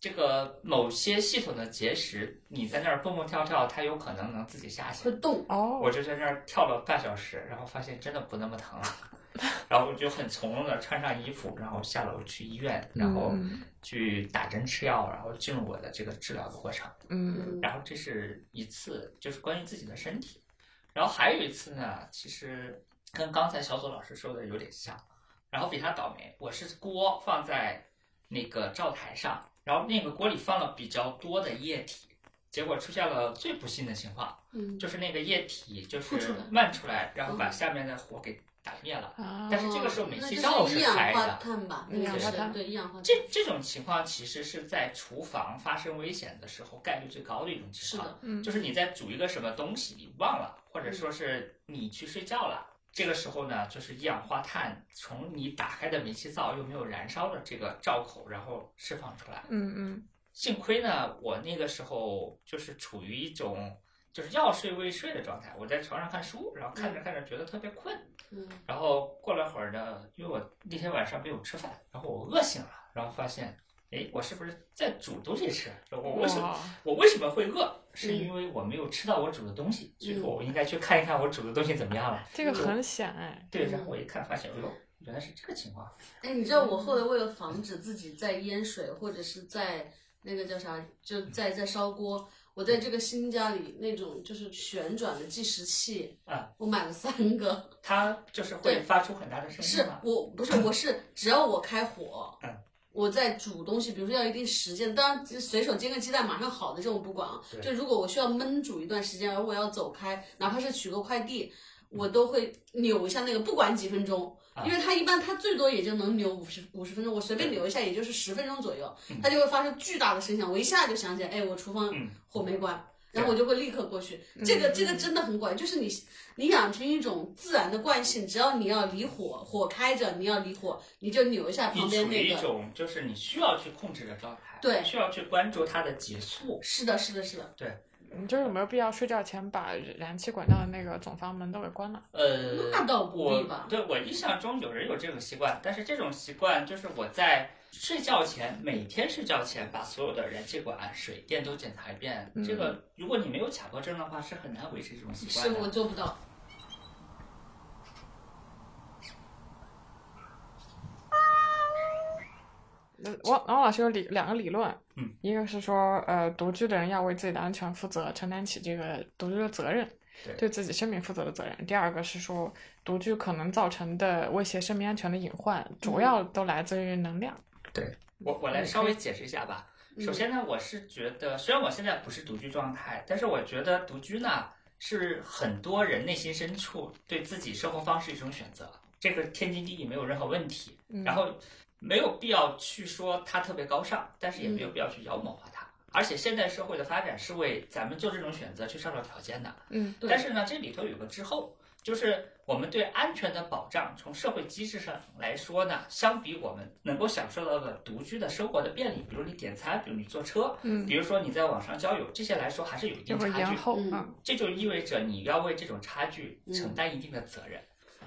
[SPEAKER 3] 这个某些系统的结石，你在那儿蹦蹦跳跳，它有可能能自己下去
[SPEAKER 2] 会。动，
[SPEAKER 1] 哦
[SPEAKER 3] 我，就在那儿跳了半小时，然后发现真的不那么疼了，然后我就很从容的穿上衣服，然后下楼去医院，然后
[SPEAKER 1] 嗯
[SPEAKER 3] 去打针吃药，然后进入我的这个治疗的过程。
[SPEAKER 1] 嗯
[SPEAKER 2] 嗯
[SPEAKER 3] 然后这是一次，就是关于自己的身体。然后还有一次呢，其实跟刚才小左老师说的有点像，然后比他倒霉。我是锅放在那个灶台上，然后那个锅里放了比较多的液体，结果出现了最不幸的情况，
[SPEAKER 2] 嗯
[SPEAKER 3] 就是那个液体就
[SPEAKER 2] 吐出
[SPEAKER 3] 是
[SPEAKER 2] 来
[SPEAKER 3] 漫出来，然后把
[SPEAKER 2] 嗯
[SPEAKER 3] 下面的火给打灭了。
[SPEAKER 1] 啊
[SPEAKER 3] 嗯但是这个时候煤
[SPEAKER 2] 哦那
[SPEAKER 3] 气
[SPEAKER 2] 就是
[SPEAKER 3] 灶是
[SPEAKER 2] 一氧
[SPEAKER 3] 开
[SPEAKER 2] 化
[SPEAKER 3] 的嗯
[SPEAKER 2] 碳吧，
[SPEAKER 1] 一氧
[SPEAKER 2] 那
[SPEAKER 1] 化
[SPEAKER 2] 就是
[SPEAKER 1] 碳
[SPEAKER 2] 对一氧化碳，
[SPEAKER 3] 这这种情况其实是在厨房发生危险的时候概率最高的一种
[SPEAKER 2] 是
[SPEAKER 3] 情况
[SPEAKER 2] 的。，
[SPEAKER 1] 嗯
[SPEAKER 3] 就是你在煮一个什么东西，你忘了，或者说是你去睡觉了。这个时候呢，就是一氧化碳从你打开的煤气灶又没有燃烧的这个灶口，然后释放出来。
[SPEAKER 1] 嗯嗯
[SPEAKER 3] 幸亏呢，我那个时候就是处于一种就是要睡未睡的状态，我在床上看书，然后看着看着觉得特别困，
[SPEAKER 2] 嗯
[SPEAKER 3] 然后过了会儿呢，因为我那天晚上没有吃饭，然后我饿醒了，然后发现，哎，我是不是在煮东西吃？我为什么
[SPEAKER 1] 哇
[SPEAKER 3] 我为什么会饿？
[SPEAKER 2] 嗯
[SPEAKER 3] 是因为我没有吃到我煮的东西，所以说我应该去看一看我煮的东西怎么样了。
[SPEAKER 1] 这个很险哎，
[SPEAKER 3] 对，
[SPEAKER 2] 嗯
[SPEAKER 3] 然后我一看发现，哎呦，原来是这个情况。
[SPEAKER 2] 哎，你知道我后来为了防止自己在淹水或者是在那个叫啥，就在在烧锅，我在这个新家里那种就是旋转的计时器，
[SPEAKER 3] 啊，
[SPEAKER 2] 我买了三个。
[SPEAKER 3] 它就是会
[SPEAKER 2] 对
[SPEAKER 3] 发出很大的声
[SPEAKER 2] 是
[SPEAKER 3] 音吗？
[SPEAKER 2] 我不是我是只要我开火
[SPEAKER 3] 嗯，
[SPEAKER 2] 我在煮东西，比如说要一定时间，当然随手煎个鸡蛋马上好的这种不管啊
[SPEAKER 3] 对。
[SPEAKER 2] 就如果我需要焖煮一段时间，而我要走开，哪怕是取个快递，我都会扭一下那个，不管几分钟
[SPEAKER 3] 啊，
[SPEAKER 2] 因为它一般它最多也就能扭五十五十分钟，我随便扭一下也就是十分钟左右，它就会发出巨大的声响，我一下就想起来，哎，我厨房
[SPEAKER 3] 嗯
[SPEAKER 2] 火没关。然后我就会立刻过去，这个这个真的很管，就是你你养成一种自然的惯性，只要你要离火，火开着，你要离火，你就扭一下
[SPEAKER 3] 你
[SPEAKER 2] 旁边
[SPEAKER 3] 处于
[SPEAKER 2] 那
[SPEAKER 3] 一
[SPEAKER 2] 个。
[SPEAKER 3] 种就是你需要去控制的状态，
[SPEAKER 2] 对
[SPEAKER 3] 需要去关注它的节速。
[SPEAKER 2] 是的，是的，是的，
[SPEAKER 1] 你就是有没有必要睡觉前把燃气管道的那个总阀门都给关了？
[SPEAKER 3] 呃，
[SPEAKER 2] 那嗯倒不必
[SPEAKER 3] 我
[SPEAKER 2] 吧。
[SPEAKER 3] 对我印象中有人有这种习惯，但是这种习惯就是我在睡觉前，每天睡觉前把所有的燃气管、水电都检查一遍。这个如果你没有强迫症的话，是很难维持这种习
[SPEAKER 2] 嗯是
[SPEAKER 3] 惯
[SPEAKER 2] 我
[SPEAKER 3] 的。
[SPEAKER 2] 做不到。
[SPEAKER 1] 那王王老师有理两个理论，
[SPEAKER 3] 嗯，
[SPEAKER 1] 一个是说，呃，独居的人要为自己的安全负责，承担起这个独居的责任，
[SPEAKER 3] 对
[SPEAKER 1] 自己生命负责的责任。第二个是说，独居可能造成的威胁生命安全的隐患，
[SPEAKER 3] 嗯
[SPEAKER 1] 主要都来自于能量。
[SPEAKER 3] 我我来稍微解释一下吧。
[SPEAKER 2] 嗯
[SPEAKER 3] 首先呢，我是觉得，虽然我现在不是独居状态，但是我觉得独居呢是很多人内心深处对自己生活方式一种选择，这个天经地义，没有任何问题。
[SPEAKER 1] 嗯
[SPEAKER 3] 然后没有必要去说它特别高尚，但是也没有
[SPEAKER 2] 嗯
[SPEAKER 3] 必要去妖魔化它。而且现代社会的发展是为咱们做这种选择去创造条件的。
[SPEAKER 1] 嗯，
[SPEAKER 2] 对
[SPEAKER 3] 但是呢，这里头有个滞后，就是我们对安全的保障，从社会机制上来说呢，相比我们能够享受到的独居的生活的便利，比如你点餐，比如你坐车，
[SPEAKER 1] 嗯，
[SPEAKER 3] 比如说你在网上交友，这些来说还是有一
[SPEAKER 1] 一
[SPEAKER 3] 定
[SPEAKER 1] 会儿
[SPEAKER 3] 差
[SPEAKER 1] 延
[SPEAKER 3] 距。
[SPEAKER 1] 后，
[SPEAKER 2] 嗯
[SPEAKER 1] 嗯，
[SPEAKER 3] 这就意味着你要为这种差距
[SPEAKER 2] 嗯
[SPEAKER 3] 承担一定的责任。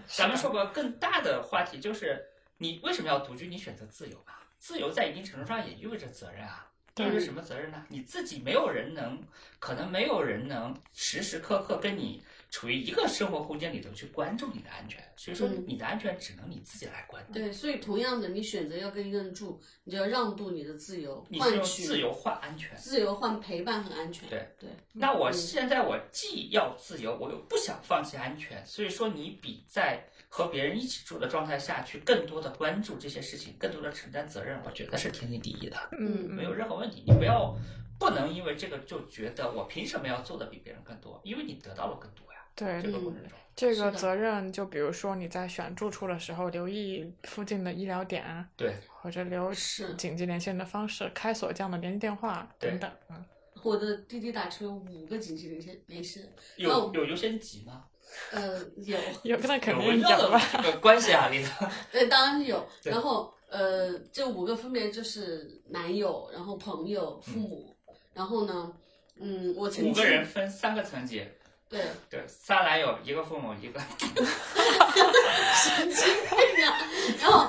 [SPEAKER 3] 咱们说个更大的话题，就是你为什么要独居？你选择自由吧，自由在一定程度上也意味着责任啊。意
[SPEAKER 1] 对
[SPEAKER 3] 味着什么责任呢？你自己没有人能，可能没有人能时时刻刻跟你处于一个生活空间里头去关注你的安全。所以说，
[SPEAKER 2] 嗯
[SPEAKER 3] 你的安全只能你自己来关注。
[SPEAKER 2] 对，所以同样的，你选择要跟一个人住，你就要让渡你的自由，
[SPEAKER 3] 你是
[SPEAKER 2] 换
[SPEAKER 3] 用
[SPEAKER 2] 取
[SPEAKER 3] 自由换安全。
[SPEAKER 2] 自由换陪伴和安全。
[SPEAKER 3] 对
[SPEAKER 2] 对，
[SPEAKER 3] 那我现在我既要自由，我又不想放弃安全，所以说你比在和别人一起住的状态下去更多的关注这些事情，更多的承担责任，我觉得是天经地义的，
[SPEAKER 1] 嗯
[SPEAKER 3] 没有
[SPEAKER 1] 嗯
[SPEAKER 3] 任何问题。你不要不能因为这个就觉得我凭什么要做的比别人更多，因为你得到了更多呀。
[SPEAKER 1] 对
[SPEAKER 2] 嗯
[SPEAKER 3] 这，个过程中，
[SPEAKER 1] 这
[SPEAKER 2] 是
[SPEAKER 1] 个
[SPEAKER 2] 的
[SPEAKER 1] 责任，就比如说你在选住处的时候，留意附近的医疗点啊，
[SPEAKER 3] 对
[SPEAKER 1] 或者留
[SPEAKER 2] 是
[SPEAKER 1] 紧急联系人的方式、开锁这样的联系电话
[SPEAKER 3] 对
[SPEAKER 1] 等等。嗯，
[SPEAKER 2] 我的滴滴打车有五个紧急联系联系人，
[SPEAKER 3] 有有优先级吗？
[SPEAKER 2] 呃， 有，
[SPEAKER 1] 有那肯
[SPEAKER 3] 有
[SPEAKER 1] 定
[SPEAKER 3] 温热
[SPEAKER 1] 有
[SPEAKER 3] 的
[SPEAKER 1] 吧？
[SPEAKER 3] 这个关系啊， 里头。
[SPEAKER 2] 对，呃当然有。
[SPEAKER 3] 对
[SPEAKER 2] 然后呃，这五个分别就是男友，然后朋友、父母，然后呢，嗯，我曾经
[SPEAKER 3] 嗯五个人分三个层级，
[SPEAKER 2] 对
[SPEAKER 3] 对，仨男友，一个父母，一个
[SPEAKER 2] 神经病啊。然后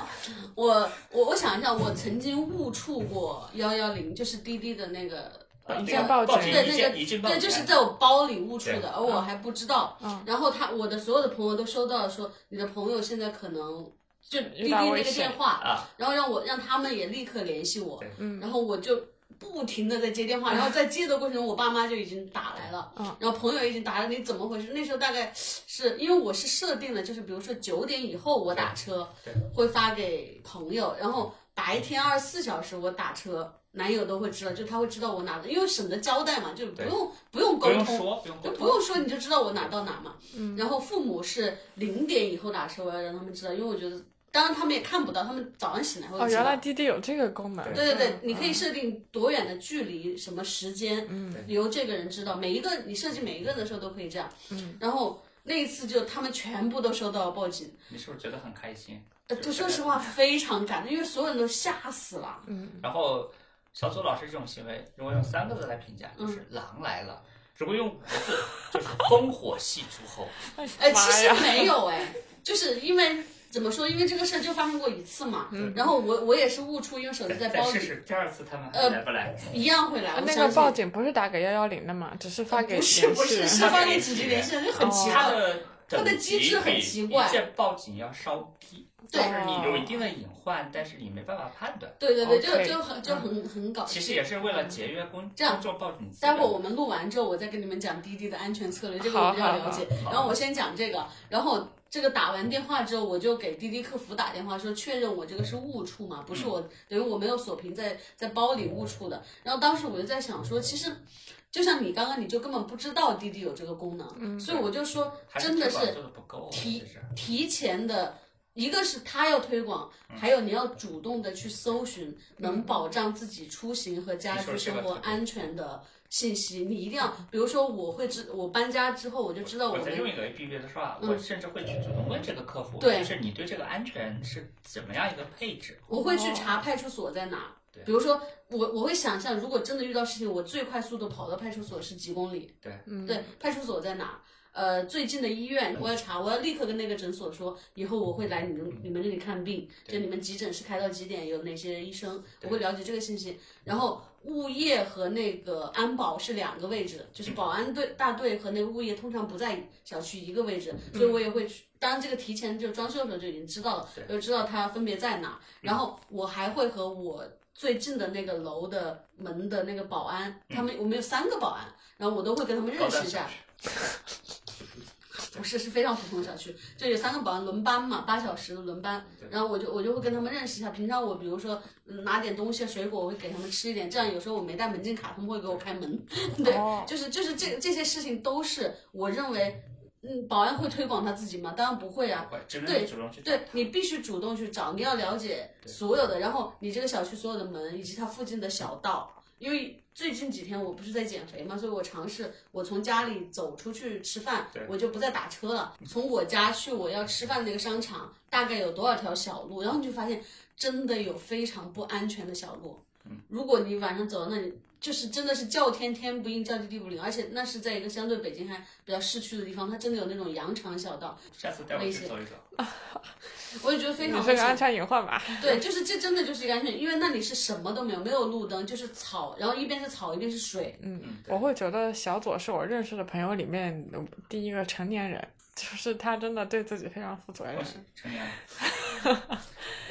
[SPEAKER 2] 我我我想一下，我曾经误触过幺幺零，就是滴滴的那个。
[SPEAKER 3] 呃
[SPEAKER 1] 一
[SPEAKER 3] 那
[SPEAKER 1] 键
[SPEAKER 3] 个
[SPEAKER 1] 报
[SPEAKER 3] 报
[SPEAKER 1] 警
[SPEAKER 3] 警
[SPEAKER 2] 对
[SPEAKER 3] 一
[SPEAKER 2] 那个
[SPEAKER 3] 键一键报
[SPEAKER 2] 对，
[SPEAKER 3] 警，
[SPEAKER 2] 就是在我包里误触
[SPEAKER 3] 对
[SPEAKER 2] 的，而我还不知道。
[SPEAKER 1] 嗯，
[SPEAKER 2] 然后他我的所有的朋友都收到了说，你的朋友现在可能就滴
[SPEAKER 1] 遇
[SPEAKER 2] 滴
[SPEAKER 1] 到
[SPEAKER 2] 那
[SPEAKER 1] 危
[SPEAKER 2] 个
[SPEAKER 1] 险
[SPEAKER 2] 电话，
[SPEAKER 3] 啊，
[SPEAKER 2] 然后让我让他们也立刻联系我
[SPEAKER 3] 对，
[SPEAKER 1] 嗯
[SPEAKER 2] 然后我就不停的在接电话，然后在接的过程中，我爸妈就已经打来了
[SPEAKER 1] 嗯，
[SPEAKER 2] 然后朋友已经打了，你怎么回事？那时候大概是因为我是设定的，就是比如说九点以后我打车
[SPEAKER 3] 对
[SPEAKER 2] 会发给朋友，然后白天二十四小时我打车。男友都会知道，就他会知道我哪的，因为省得交代嘛，就不
[SPEAKER 3] 对
[SPEAKER 2] 用不用沟
[SPEAKER 3] 不用
[SPEAKER 2] 通，
[SPEAKER 3] 说，不用沟
[SPEAKER 2] 就
[SPEAKER 3] 通，
[SPEAKER 2] 不用说，你就知道我哪到哪嘛。
[SPEAKER 1] 嗯
[SPEAKER 2] 然后父母是零点以后打车，我要让他们知道，因为我觉得，当然他们也看不到，他们早上醒来会知道。
[SPEAKER 1] 哦，原来滴滴有这个功能。
[SPEAKER 2] 对对对
[SPEAKER 1] 嗯，
[SPEAKER 2] 你可以
[SPEAKER 1] 嗯
[SPEAKER 2] 设定多远的距离，什么时间，
[SPEAKER 1] 嗯
[SPEAKER 2] 由这个人知道。每一个你设计每一个的时候都可以这样。
[SPEAKER 1] 嗯，
[SPEAKER 2] 然后那一次就他们全部都收到了报警，
[SPEAKER 3] 你是不是觉得很开心？
[SPEAKER 2] 呃，就说实话非常感动，因为所有人都吓死了。
[SPEAKER 1] 嗯
[SPEAKER 3] 然后小左老师这种行为，如果用三个字来评价，
[SPEAKER 2] 嗯
[SPEAKER 3] 就是“狼来了”；如果用五个字，就是“烽火戏诸侯
[SPEAKER 2] 哎，
[SPEAKER 1] 妈
[SPEAKER 2] 其实
[SPEAKER 1] 呀
[SPEAKER 2] 没有哎，就是因为怎么说，因为这个事儿就发生过一次嘛。
[SPEAKER 1] 嗯
[SPEAKER 2] 然后我 我也是误触，因为”。手机在
[SPEAKER 3] 再再
[SPEAKER 2] 包
[SPEAKER 3] 试
[SPEAKER 2] 里，
[SPEAKER 3] 试第二次，他们还
[SPEAKER 2] 呃
[SPEAKER 3] 来不来？
[SPEAKER 2] 一样会来。我
[SPEAKER 1] 啊那
[SPEAKER 2] 相
[SPEAKER 1] 个
[SPEAKER 2] 信
[SPEAKER 1] 报警不是打给幺幺零的嘛，只是发给啊
[SPEAKER 2] 不是
[SPEAKER 1] 联
[SPEAKER 2] 不
[SPEAKER 1] 系
[SPEAKER 2] 是
[SPEAKER 1] 人
[SPEAKER 2] 是
[SPEAKER 3] 发
[SPEAKER 2] 发
[SPEAKER 3] 给
[SPEAKER 2] 给
[SPEAKER 3] 联
[SPEAKER 2] 紧急
[SPEAKER 3] 系
[SPEAKER 2] 联系人，就
[SPEAKER 1] 哦
[SPEAKER 2] 很奇
[SPEAKER 3] 他
[SPEAKER 2] 怪。
[SPEAKER 3] 的
[SPEAKER 2] 它的
[SPEAKER 3] 等
[SPEAKER 2] 机
[SPEAKER 3] 级
[SPEAKER 2] 制很
[SPEAKER 3] 比
[SPEAKER 2] 奇怪
[SPEAKER 3] 一键报警要稍低，
[SPEAKER 2] 对
[SPEAKER 3] 就是你有一定的隐患，但是你没办法判断。
[SPEAKER 2] 对对对，
[SPEAKER 1] OK，嗯
[SPEAKER 2] 就就很就很很搞笑。
[SPEAKER 3] 其实也是为了节约公
[SPEAKER 2] 这样
[SPEAKER 3] 公众报警资
[SPEAKER 2] 待
[SPEAKER 3] 源。
[SPEAKER 2] 会儿我们录完之后，我再跟你们讲滴滴的安全策略，这个
[SPEAKER 1] 好
[SPEAKER 2] 我比较了解
[SPEAKER 3] 好。好
[SPEAKER 2] 然后我先讲这个，然后这个打完电话之后，我就给滴滴客服打电话说确认我这个是误触嘛，不是我等于我没有锁屏在在包里误触的。然后当时我就在想说，其实就像你刚刚，你就根本不知道滴滴有这个功能，
[SPEAKER 1] 嗯
[SPEAKER 2] 所以我就说
[SPEAKER 3] 还
[SPEAKER 2] 真的
[SPEAKER 3] 推
[SPEAKER 2] 是
[SPEAKER 3] 广做的不够，
[SPEAKER 2] 提
[SPEAKER 3] 其实
[SPEAKER 2] 提前的。一个是他要推广，
[SPEAKER 3] 嗯
[SPEAKER 2] 还有你要主动的去搜寻能保障自己出行和家居生活安全的安全的信息。你一定要，比如说我会知，我搬家之后我就知道我
[SPEAKER 3] 我在用
[SPEAKER 2] 们
[SPEAKER 3] 一个 APP 的时候啊，
[SPEAKER 2] 嗯
[SPEAKER 3] 我甚至会去主动问这个客服，
[SPEAKER 2] 对
[SPEAKER 3] 就是你对这个安全是怎么样一个配置？
[SPEAKER 2] 我会去查派出所在哪儿
[SPEAKER 3] 哦对。啊
[SPEAKER 2] 比如说我我会想象，如果真的遇到事情，我最快速度跑到派出所是几公里？
[SPEAKER 1] 嗯
[SPEAKER 2] 对，派出所在哪儿？呃，最近的医院我要查，我要立刻跟那个诊所说，以后我会来你们你们这里看病，就
[SPEAKER 3] 对
[SPEAKER 2] 你们急诊室开到几点，有哪些医生，我
[SPEAKER 3] 对
[SPEAKER 2] 会了解这个信息。然后物业和那个安保是两个位置，就是保安队大队和那个物业通常不在小区一个位置，所以
[SPEAKER 3] 嗯
[SPEAKER 2] 我也会去。当然，这个提前就装修的时候就已经知道了，
[SPEAKER 3] 对嗯
[SPEAKER 2] 就知道它分别在哪。然后我还会和我最近的那个楼的门的那个保安，
[SPEAKER 3] 嗯
[SPEAKER 2] 他们我们有三个保安，然后我都会跟他们认
[SPEAKER 3] 高
[SPEAKER 2] 识
[SPEAKER 3] 端
[SPEAKER 2] 一
[SPEAKER 3] 小
[SPEAKER 2] 下。
[SPEAKER 3] 区
[SPEAKER 2] 不是，是非常普通的小区，就有三个保安轮班嘛，八小时的轮班。
[SPEAKER 3] 对
[SPEAKER 2] 然后我就我就会跟他们认识一下，平常我比如说嗯拿点东西、水果，我会给他们吃一点，这样有时候我没带门禁卡，他们会给我开门。对，
[SPEAKER 1] 哦
[SPEAKER 2] 就是就是这这些事情都是我认为，嗯，保安会推广他自己吗？当然不会啊，
[SPEAKER 3] 会只能
[SPEAKER 2] 对
[SPEAKER 3] 你主动去
[SPEAKER 2] 对你必须主动去找，你要了解所有的，然后你这个小区所有的门以及它附近的小道，因为最近几天我不是在减肥嘛，所以我尝试我从家里走出去吃饭
[SPEAKER 3] 对，
[SPEAKER 2] 我就不再打车了。从我家去我要吃饭的那个商场，大概有多少条小路？然后你就发现真的有非常不安全的小路，如果你晚上走到那里，就是真的是叫天天不应，叫地地不灵，而且那是在一个相对北京还比较市区的地方，它真的有那种羊肠小道，
[SPEAKER 3] 下次带我
[SPEAKER 2] 危
[SPEAKER 3] 去
[SPEAKER 2] 险
[SPEAKER 3] 走一走。
[SPEAKER 2] 我也觉得非
[SPEAKER 1] 你
[SPEAKER 2] 常
[SPEAKER 1] 是
[SPEAKER 2] 危
[SPEAKER 1] 个安
[SPEAKER 2] 险。
[SPEAKER 1] 全隐患吧？
[SPEAKER 2] 对，就是这真的就是一个安全，因为那里是什么都没有，没有路灯，就是草，然后一边是草，一边是水。
[SPEAKER 1] 嗯
[SPEAKER 3] 嗯，对
[SPEAKER 1] 我会觉得小左是我认识的朋友里面的第一个成年人，就是他真的对自己非常负责任
[SPEAKER 3] 我。是成年人，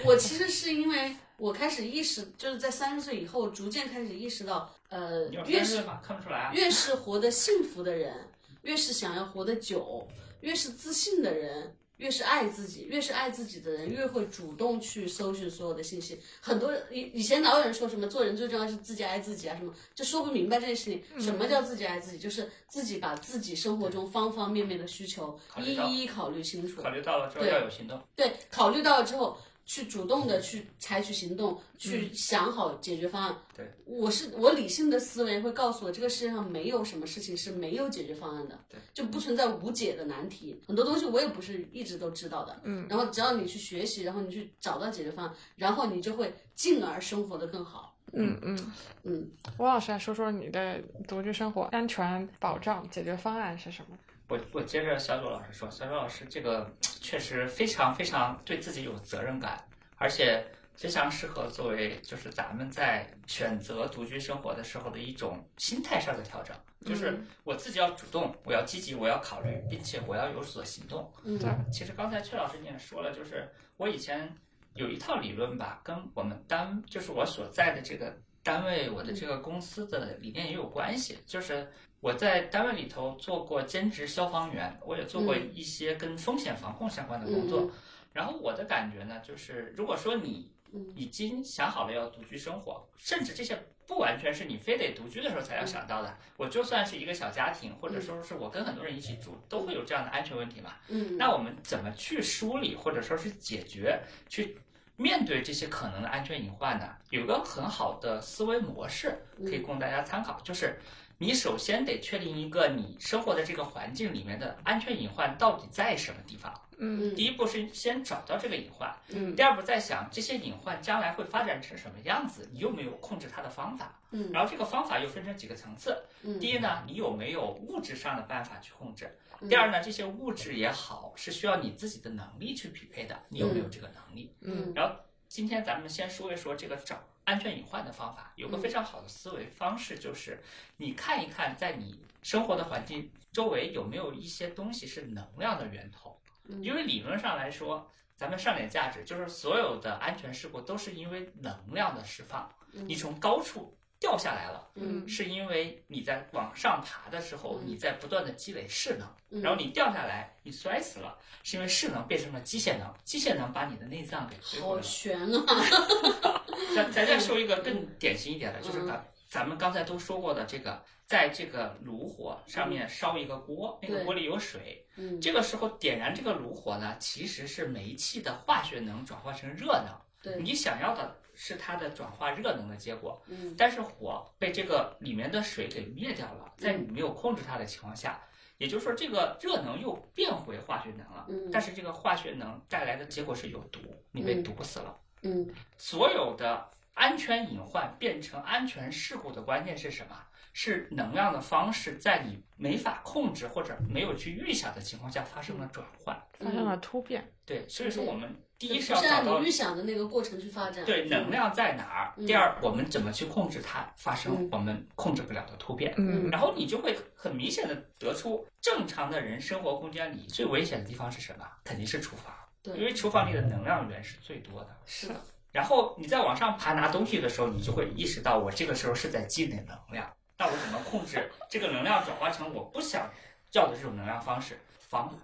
[SPEAKER 2] 我其实是因为我开始意识，就是在三十岁以后，逐渐开始意识到，呃
[SPEAKER 3] 你有，
[SPEAKER 2] 越
[SPEAKER 3] 三
[SPEAKER 2] 是
[SPEAKER 3] 十吗？看不出来啊。
[SPEAKER 2] 越是活得幸福的人，越是想要活得久，越是自信的人，越是爱自己，越是爱自己的人，越会主动去搜寻所有的信息。很多人以以前老有人说什么做人最重要是自己爱自己啊，什么就说不明白这件事情。
[SPEAKER 3] 嗯
[SPEAKER 2] 什么叫自己爱自己？就是自己把自己生活中方方面面的需求
[SPEAKER 3] 考虑到
[SPEAKER 2] 一一考虑清楚
[SPEAKER 3] 考。虑到了之后要有行动，
[SPEAKER 2] 对，考虑到了之后，去主动
[SPEAKER 3] 嗯
[SPEAKER 2] 的去采取行动，去想好解决方案。
[SPEAKER 3] 对，
[SPEAKER 2] 我是我理性的思维会告诉我，这个世界上没有什么事情是没有解决方案的，
[SPEAKER 3] 对，
[SPEAKER 2] 就不存在无解的难题。很多东西我也不是一直都知道的，嗯，然后只要你去学习，然后你去找到解决方案，然后你就会进而生活的更好。
[SPEAKER 1] 嗯嗯
[SPEAKER 2] 嗯，
[SPEAKER 1] 吴老师来说说你的独居生活安全保障解决方案是什么？
[SPEAKER 3] 我我接着小左老师说，小左老师这个确实非常非常对自己有责任感，而且非常适合作为就是咱们在选择独居生活的时候的一种心态上的调整，就是我自己要主动，我要积极，我要考虑，并且我要有所行动。
[SPEAKER 2] 嗯，
[SPEAKER 1] 对
[SPEAKER 3] 其实刚才崔老师你也说了，就是我以前有一套理论吧，跟我们单就是我所在的这个单位，我
[SPEAKER 2] 嗯
[SPEAKER 3] 的这个公司的理念也有关系。就是我在单位里头做过兼职消防员，我也做过
[SPEAKER 2] 嗯
[SPEAKER 3] 一些跟风险防控相关的工作。
[SPEAKER 2] 嗯
[SPEAKER 3] 然后我的感觉呢，就是如果说你
[SPEAKER 2] 嗯
[SPEAKER 3] 已经想好了要独居生活，甚至这些不完全是你非得独居的时候才
[SPEAKER 2] 嗯
[SPEAKER 3] 要想到的。我就算是一个小家庭，或者说是我跟很多人一起住，都会有这样的安全问题嘛。
[SPEAKER 2] 嗯，
[SPEAKER 3] 那我们怎么去梳理或者说是解决，去面对这些可能的安全隐患呢？有个很好的思维模式可
[SPEAKER 2] 嗯
[SPEAKER 3] 以供大家参考，就是你首先得确定一个你生活的这个环境里面的安全隐患到底在什么地方。
[SPEAKER 1] 嗯
[SPEAKER 2] 嗯
[SPEAKER 3] 第一步是先找到这个隐患，
[SPEAKER 2] 嗯
[SPEAKER 3] 第二步再想这些隐患将来会发展成什么样子，你有没有控制它的方法？
[SPEAKER 2] 嗯
[SPEAKER 3] 然后这个方法又分成几个层次，
[SPEAKER 2] 嗯
[SPEAKER 3] 第一呢，你有没有物质上的办法去控制？
[SPEAKER 2] 嗯
[SPEAKER 3] 第二呢，这些物质也好，是需要你自己的能力去匹配的，你有没有这个能力？
[SPEAKER 2] 嗯
[SPEAKER 3] 然后今天咱们先说一说这个找安全隐患的方法，有个
[SPEAKER 2] 嗯
[SPEAKER 3] 非常好的思维方式，就是你看一看在你生活的环境周围有没有一些东西是能量的源头，
[SPEAKER 2] 嗯
[SPEAKER 3] 因为理论上来说。咱们上点价值，就是所有的安全事故都是因为能量的释放。你从高处掉下来了，
[SPEAKER 2] 嗯
[SPEAKER 3] 是因为你在往上爬的时候，
[SPEAKER 2] 嗯
[SPEAKER 3] 你在不断的积累势能，
[SPEAKER 2] 嗯
[SPEAKER 3] 然后你掉下来，你摔死了，是因为势能变成了机械能，机械能把你的内脏给摧毁
[SPEAKER 2] 好
[SPEAKER 3] 了。
[SPEAKER 2] 悬啊，
[SPEAKER 3] 咱咱再说一个更典型一点的，就是
[SPEAKER 2] 嗯
[SPEAKER 3] 咱咱们刚才都说过的这个，在这个炉火上面烧一个锅，那个
[SPEAKER 2] 对
[SPEAKER 3] 锅里有水，
[SPEAKER 2] 嗯
[SPEAKER 3] 这个时候点燃这个炉火呢，其实是煤气的化学能转化成热能，
[SPEAKER 2] 对，
[SPEAKER 3] 你想要的是它的转化热能的结果，
[SPEAKER 2] 嗯
[SPEAKER 3] 但是火被这个里面的水给灭掉了，在你没有控制它的情况下，也就是说这个热能又变回化学能了，
[SPEAKER 2] 嗯
[SPEAKER 3] 但是这个化学能带来的结果是有毒，你被毒死了。
[SPEAKER 2] 嗯
[SPEAKER 3] 所有的安全隐患变成安全事故的关键是什么？是能量的方式在你没法控制或者没有去预想的情况下发生了转换。
[SPEAKER 1] 发生了突变。
[SPEAKER 3] 对，所以说我们第
[SPEAKER 2] 就
[SPEAKER 3] 一
[SPEAKER 2] 不
[SPEAKER 3] 是
[SPEAKER 2] 是
[SPEAKER 3] 要找
[SPEAKER 2] 按
[SPEAKER 3] 到
[SPEAKER 2] 你预想的那个过程去发展，
[SPEAKER 3] 对，能量在哪儿？
[SPEAKER 2] 嗯
[SPEAKER 3] 第二，我们怎么去控制它发生
[SPEAKER 2] 嗯
[SPEAKER 3] 我们控制不了的突变？
[SPEAKER 1] 嗯
[SPEAKER 3] 然后你就会很明显的得出，正常的人生活空间里最危险的地方是什么？肯定是厨房，
[SPEAKER 2] 对
[SPEAKER 3] 因为厨房里的能量源是最多的。
[SPEAKER 2] 是的，
[SPEAKER 3] 然后你再往上爬拿东西的时候，你就会意识到，我这个时候是在积累能量，那我怎么控制这个能量转化成我不想要的这种能量方式？防火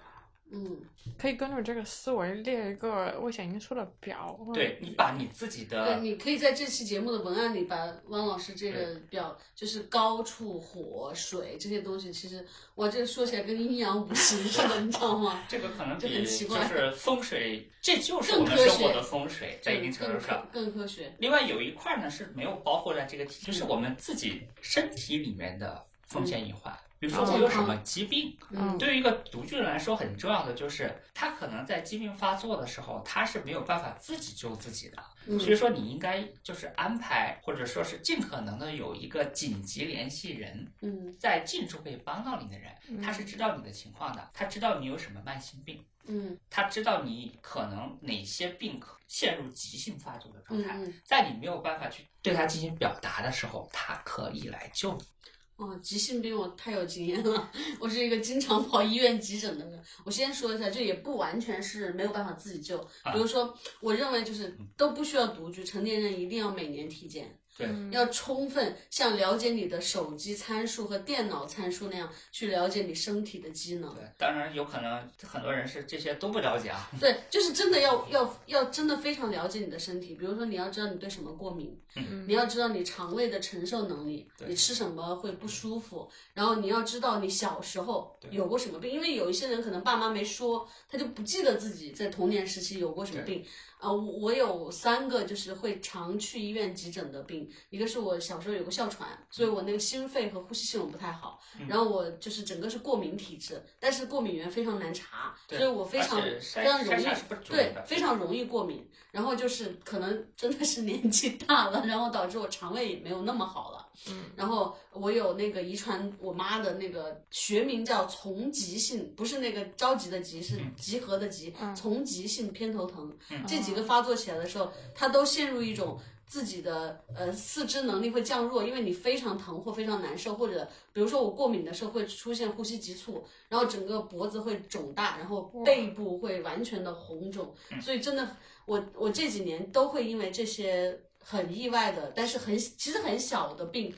[SPEAKER 2] 嗯。
[SPEAKER 1] 可以跟着这个思维列一个危险因素的表。或者，
[SPEAKER 3] 对你把你自己的
[SPEAKER 2] 嗯对，你可以在这期节目的文案里把汪老师这个表，就是高处火水这些东西，其实哇，这个说起来跟阴阳五行似的， 你知道吗？
[SPEAKER 3] 这个可能
[SPEAKER 2] 这
[SPEAKER 3] 比
[SPEAKER 2] 很
[SPEAKER 3] 就
[SPEAKER 2] 奇怪
[SPEAKER 3] 是风水，这就是我
[SPEAKER 2] 更
[SPEAKER 3] 们
[SPEAKER 2] 科
[SPEAKER 3] 生活
[SPEAKER 2] 学
[SPEAKER 3] 的风水，在一定
[SPEAKER 2] 更
[SPEAKER 3] 程度
[SPEAKER 2] 更
[SPEAKER 3] 上
[SPEAKER 2] 科。更科学，
[SPEAKER 3] 另外有一
[SPEAKER 2] 嗯
[SPEAKER 3] 块呢是没有包括在这个体，就是我们自己身体里面的风险隐患。比如说我有什么疾病，
[SPEAKER 1] 嗯
[SPEAKER 3] 对于一个独居人来说很重要的就是，他可能在疾病发作的时候，他是没有办法自己救自己的。
[SPEAKER 2] 嗯
[SPEAKER 3] 所以说，你应该就是安排，或者说是尽可能的有一个紧急联系人，
[SPEAKER 2] 嗯
[SPEAKER 3] 在近处可以帮到你的人，
[SPEAKER 1] 嗯
[SPEAKER 3] 他是知道你的情况的，他知道你有什么慢性病，
[SPEAKER 2] 嗯
[SPEAKER 3] 他知道你可能哪些病可陷入急性发作的状态，
[SPEAKER 2] 嗯
[SPEAKER 3] 在你没有办法去对他进行表达的时候，他可以来救你。
[SPEAKER 2] 哦，急性病我太有经验了，我是一个经常跑医院急诊的人。我先说一下，这也不完全是没有办法自己救。比如说，我认为就是都不需要独居，成年人一定要每年体检，
[SPEAKER 3] 对，
[SPEAKER 1] 嗯
[SPEAKER 2] 要充分像了解你的手机参数和电脑参数那样去了解你身体的机能。
[SPEAKER 3] 对，当然有可能很多人是这些都不了解啊。
[SPEAKER 2] 对，就是真的要要要真的非常了解你的身体，比如说你要知道你对什么过敏，
[SPEAKER 1] 嗯
[SPEAKER 2] 你要知道你肠胃的承受能力，
[SPEAKER 3] 对
[SPEAKER 2] 你吃什么会不舒服，然后你要知道你小时候
[SPEAKER 3] 对
[SPEAKER 2] 有过什么病，因为有一些人可能爸妈没说，他就不记得自己在童年时期有过什么病。啊、我我有三个就是会常去医院急诊的病，一个是我小时候有个哮喘，所以我那个心肺和呼吸系统不太好，
[SPEAKER 3] 嗯
[SPEAKER 2] 然后我就是整个是过敏体质，但是过敏源非常难查，
[SPEAKER 3] 对
[SPEAKER 2] 所以我非常
[SPEAKER 3] 而且筛
[SPEAKER 2] 非常容
[SPEAKER 3] 筛
[SPEAKER 2] 易
[SPEAKER 3] 查是不准
[SPEAKER 2] 对
[SPEAKER 3] 的
[SPEAKER 2] 非常容易过敏。然后就是可能真的是年纪大了，然后导致我肠胃也没有那么好了。
[SPEAKER 1] 嗯，
[SPEAKER 2] 然后我有那个遗传我妈的那个学名叫丛集性，不是那个着急的急，是集合的集，丛集性偏头疼。这几个发作起来的时候，她都陷入一种。自己的呃四肢能力会降弱，因为你非常疼或非常难受，或者比如说我过敏的时候会出现呼吸急促，然后整个脖子会肿大，然后背部会完全的红肿，所以真的我我这几年都会因为这些很意外的，但是很其实很小的病，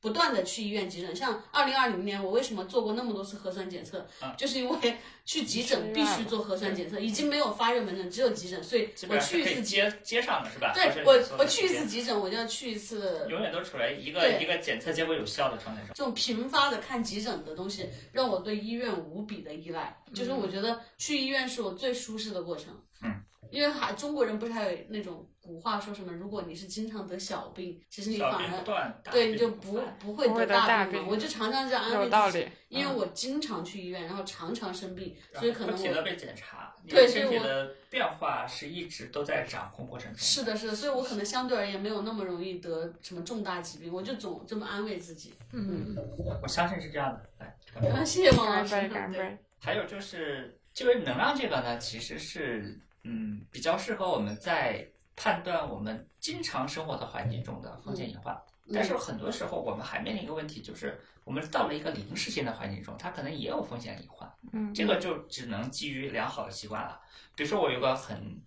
[SPEAKER 2] 不断的去医院急诊。像二零二零年，我为什么做过那么多次核酸检测，
[SPEAKER 3] 啊
[SPEAKER 2] 就是因为去急诊必须做核酸检测，已经没有发热门诊，只有急诊，所以
[SPEAKER 3] 基
[SPEAKER 2] 我
[SPEAKER 3] 本上是
[SPEAKER 2] 去一
[SPEAKER 3] 可以
[SPEAKER 2] 次急，
[SPEAKER 3] 接接上的是吧？
[SPEAKER 2] 对
[SPEAKER 3] 不是
[SPEAKER 2] 我
[SPEAKER 3] 说
[SPEAKER 2] 我
[SPEAKER 3] 的
[SPEAKER 2] 去一
[SPEAKER 3] 时
[SPEAKER 2] 次
[SPEAKER 3] 间
[SPEAKER 2] 急诊，我就要去一次
[SPEAKER 3] 永远都处在一个
[SPEAKER 2] 对
[SPEAKER 3] 一个检测结果有效的状态上。
[SPEAKER 2] 这种频发的看急诊的东西，让我对医院无比的依赖。就是我觉得去医院是我最舒适的过程。
[SPEAKER 3] 嗯，
[SPEAKER 2] 因为还中国人不是还有那种古话说什么，如果你是经常得小病，其实你
[SPEAKER 3] 小
[SPEAKER 2] 反
[SPEAKER 3] 病不
[SPEAKER 2] 而
[SPEAKER 3] 断，大
[SPEAKER 2] 对
[SPEAKER 3] 病
[SPEAKER 2] 你就
[SPEAKER 3] 不
[SPEAKER 2] 不
[SPEAKER 3] 犯
[SPEAKER 2] 不会
[SPEAKER 1] 不会
[SPEAKER 2] 得
[SPEAKER 1] 得大
[SPEAKER 2] 病了。
[SPEAKER 1] 病
[SPEAKER 2] 我就常常这样安慰
[SPEAKER 1] 有道
[SPEAKER 2] 自己
[SPEAKER 1] 理，嗯
[SPEAKER 2] 因为我经常去医院，然后常常生病，所以可能
[SPEAKER 3] 不停的
[SPEAKER 2] 我。
[SPEAKER 3] 被检查，你
[SPEAKER 2] 对
[SPEAKER 3] 的
[SPEAKER 2] 所以
[SPEAKER 3] 身体
[SPEAKER 2] 我
[SPEAKER 3] 的变化是一直都在掌控过程中。
[SPEAKER 2] 是的，是的，所以我可能相对而言没有那么容易得什么重大疾病，我就总这么安慰自己。
[SPEAKER 1] 嗯，
[SPEAKER 3] 我相信是这样的。来，
[SPEAKER 2] 啊， 谢谢王老
[SPEAKER 1] 干
[SPEAKER 2] 师。
[SPEAKER 1] 杯
[SPEAKER 2] 对
[SPEAKER 1] 干杯，
[SPEAKER 3] 还有就是，这个能量这个呢，其实是嗯比较适合我们在判断我们经常生活的环境中
[SPEAKER 2] 嗯
[SPEAKER 3] 的风险隐患。但是很多时候我们还面临一个问题，就是我们到了一个临时性的环境中，它可能也有风险隐患。
[SPEAKER 1] 嗯，
[SPEAKER 3] 这个就只能基于良好的习惯了。比如说我有个很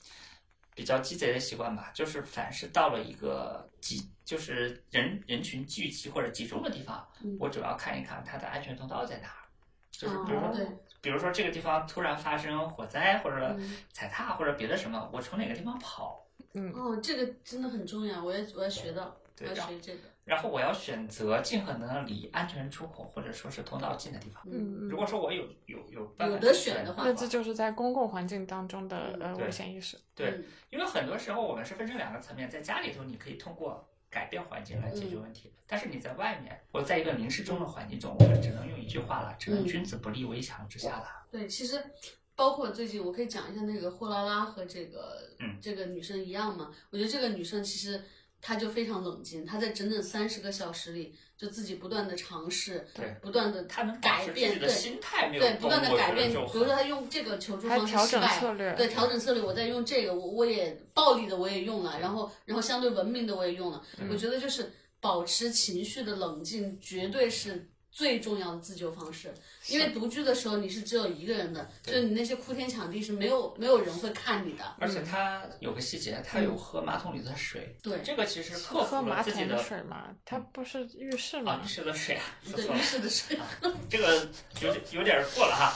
[SPEAKER 3] 比较鸡贼的习惯吧，就是凡是到了一个集，就是人人群聚集或者集中的地方
[SPEAKER 2] 嗯，
[SPEAKER 3] 我主要看一看它的安全通道在哪儿。就是比如
[SPEAKER 2] 哦
[SPEAKER 3] 说，
[SPEAKER 2] 对，
[SPEAKER 3] 比如说这个地方突然发生火灾或者
[SPEAKER 2] 嗯
[SPEAKER 3] 踩踏或者别的什么，我从哪个地方跑，
[SPEAKER 1] 嗯
[SPEAKER 2] 哦，这个真的很重要，我要我要学到，我
[SPEAKER 3] 对
[SPEAKER 2] 要
[SPEAKER 3] 然后
[SPEAKER 2] 学这个。
[SPEAKER 3] 然后我要选择尽可能离安全出口或者说是通道近的地方。
[SPEAKER 2] 嗯，
[SPEAKER 1] 嗯
[SPEAKER 3] 如
[SPEAKER 1] 嗯，
[SPEAKER 3] 果说我有有有办法
[SPEAKER 2] 有得
[SPEAKER 3] 去
[SPEAKER 2] 选的话
[SPEAKER 1] 那这就是在公共环境当中的
[SPEAKER 2] 嗯
[SPEAKER 1] 呃
[SPEAKER 3] 对
[SPEAKER 1] 危险意识，
[SPEAKER 3] 对
[SPEAKER 2] 嗯，
[SPEAKER 3] 因为很多时候我们是分成两个层面，在家里头你可以通过改变环境来解
[SPEAKER 2] 嗯
[SPEAKER 3] 决问题，但是你在外面，我在一个临时中的环境中，我们只能用一句话了，只
[SPEAKER 2] 嗯
[SPEAKER 3] 能君子不立危墙之下了。
[SPEAKER 2] 对，其实包括最近我可以讲一下那个货拉拉和这个、
[SPEAKER 3] 嗯
[SPEAKER 2] 这个女生一样嘛，我觉得这个女生其实。她就非常冷静，她在整整三十个小时里，就自己不断的尝试，
[SPEAKER 3] 对
[SPEAKER 2] 不断的
[SPEAKER 3] 他能保
[SPEAKER 2] 改
[SPEAKER 3] 持自己
[SPEAKER 2] 变，
[SPEAKER 3] 的
[SPEAKER 2] 对，
[SPEAKER 3] 心态没有
[SPEAKER 2] 对，不
[SPEAKER 3] 崩，
[SPEAKER 2] 断的
[SPEAKER 3] 我
[SPEAKER 2] 改
[SPEAKER 3] 觉
[SPEAKER 2] 变。
[SPEAKER 3] 得
[SPEAKER 2] 比
[SPEAKER 3] 就
[SPEAKER 2] 如说他
[SPEAKER 3] 很。
[SPEAKER 2] 用这个求助
[SPEAKER 1] 还
[SPEAKER 2] 方式
[SPEAKER 1] 调
[SPEAKER 2] 失
[SPEAKER 1] 整
[SPEAKER 2] 败
[SPEAKER 1] 策略
[SPEAKER 2] 对调整策略，我在用这个，我我也暴力的我也用了，然后然后相对文明的我也用了。我觉得就是保持情绪的冷静，绝对是。最重要的自救方式，因为独居的时候你是只有一个人的，就
[SPEAKER 3] 对
[SPEAKER 2] 是你那些哭天抢地是没有没有人会看你的。
[SPEAKER 3] 而且他有个细节，他有喝马桶里的水，
[SPEAKER 2] 嗯对
[SPEAKER 3] 这个其实克
[SPEAKER 1] 喝
[SPEAKER 3] 服
[SPEAKER 1] 马
[SPEAKER 3] 了自己
[SPEAKER 1] 桶
[SPEAKER 3] 的
[SPEAKER 1] 的水嘛，它不是浴室
[SPEAKER 3] 啊
[SPEAKER 1] 嘛，
[SPEAKER 3] 浴，室的水啊，说
[SPEAKER 2] 对
[SPEAKER 3] 错，了
[SPEAKER 2] 浴，室的水，
[SPEAKER 3] 这个有点有点过了哈。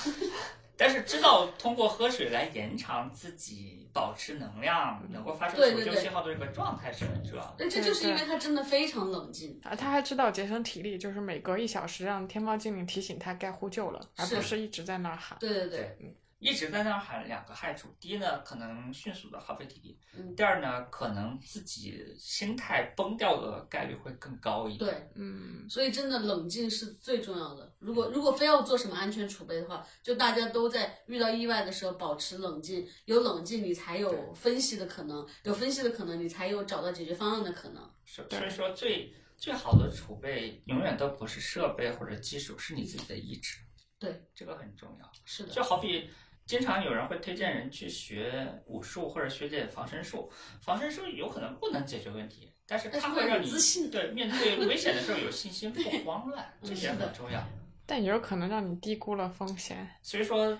[SPEAKER 3] 但是知道通过喝水来延长自己保持能量、能够发出
[SPEAKER 2] 对
[SPEAKER 3] 求
[SPEAKER 2] 对
[SPEAKER 3] 救
[SPEAKER 2] 对
[SPEAKER 3] 信号的这个状态是很重要的。
[SPEAKER 2] 对，这就是因为
[SPEAKER 1] 对
[SPEAKER 2] 他真的非常冷静。
[SPEAKER 1] 啊，他还知道节省体力，就是每隔一小时让天猫精灵提醒他该呼救了，而
[SPEAKER 2] 是
[SPEAKER 1] 不是一直在那儿喊。
[SPEAKER 2] 对对对
[SPEAKER 3] 对，一直在那儿喊两个害处，第一呢，可能迅速的耗费体力；
[SPEAKER 2] 嗯，
[SPEAKER 3] 第二呢，可能自己心态崩掉的概率会更高一点。
[SPEAKER 2] 对，
[SPEAKER 1] 嗯，
[SPEAKER 2] 所以真的冷静是最重要的。如果如果非要做什么安全储备的话，就大家都在遇到意外的时候保持冷静，有冷静你才有
[SPEAKER 3] 对
[SPEAKER 2] 分析的可能，有分析的可能你才有找到解决方案的可能。
[SPEAKER 3] 是，
[SPEAKER 1] 对
[SPEAKER 3] 所以说最最好的储备永远都不是设备或者技术，是你自己的意志。
[SPEAKER 2] 对，
[SPEAKER 3] 这个很重要。
[SPEAKER 2] 是的，
[SPEAKER 3] 就好比经常有人会推荐人去学武术或者学点防身术，防身术有可能不能解决问题，但是
[SPEAKER 2] 但是
[SPEAKER 3] 它
[SPEAKER 2] 会
[SPEAKER 3] 会让
[SPEAKER 2] 有
[SPEAKER 3] 你
[SPEAKER 2] 自信嗯
[SPEAKER 3] 对面 对危险的时候有信心，不慌乱，这
[SPEAKER 2] 是
[SPEAKER 3] 点
[SPEAKER 2] 的
[SPEAKER 3] 很重要。
[SPEAKER 1] 但也有可能让你低估了风险。
[SPEAKER 3] 所以说，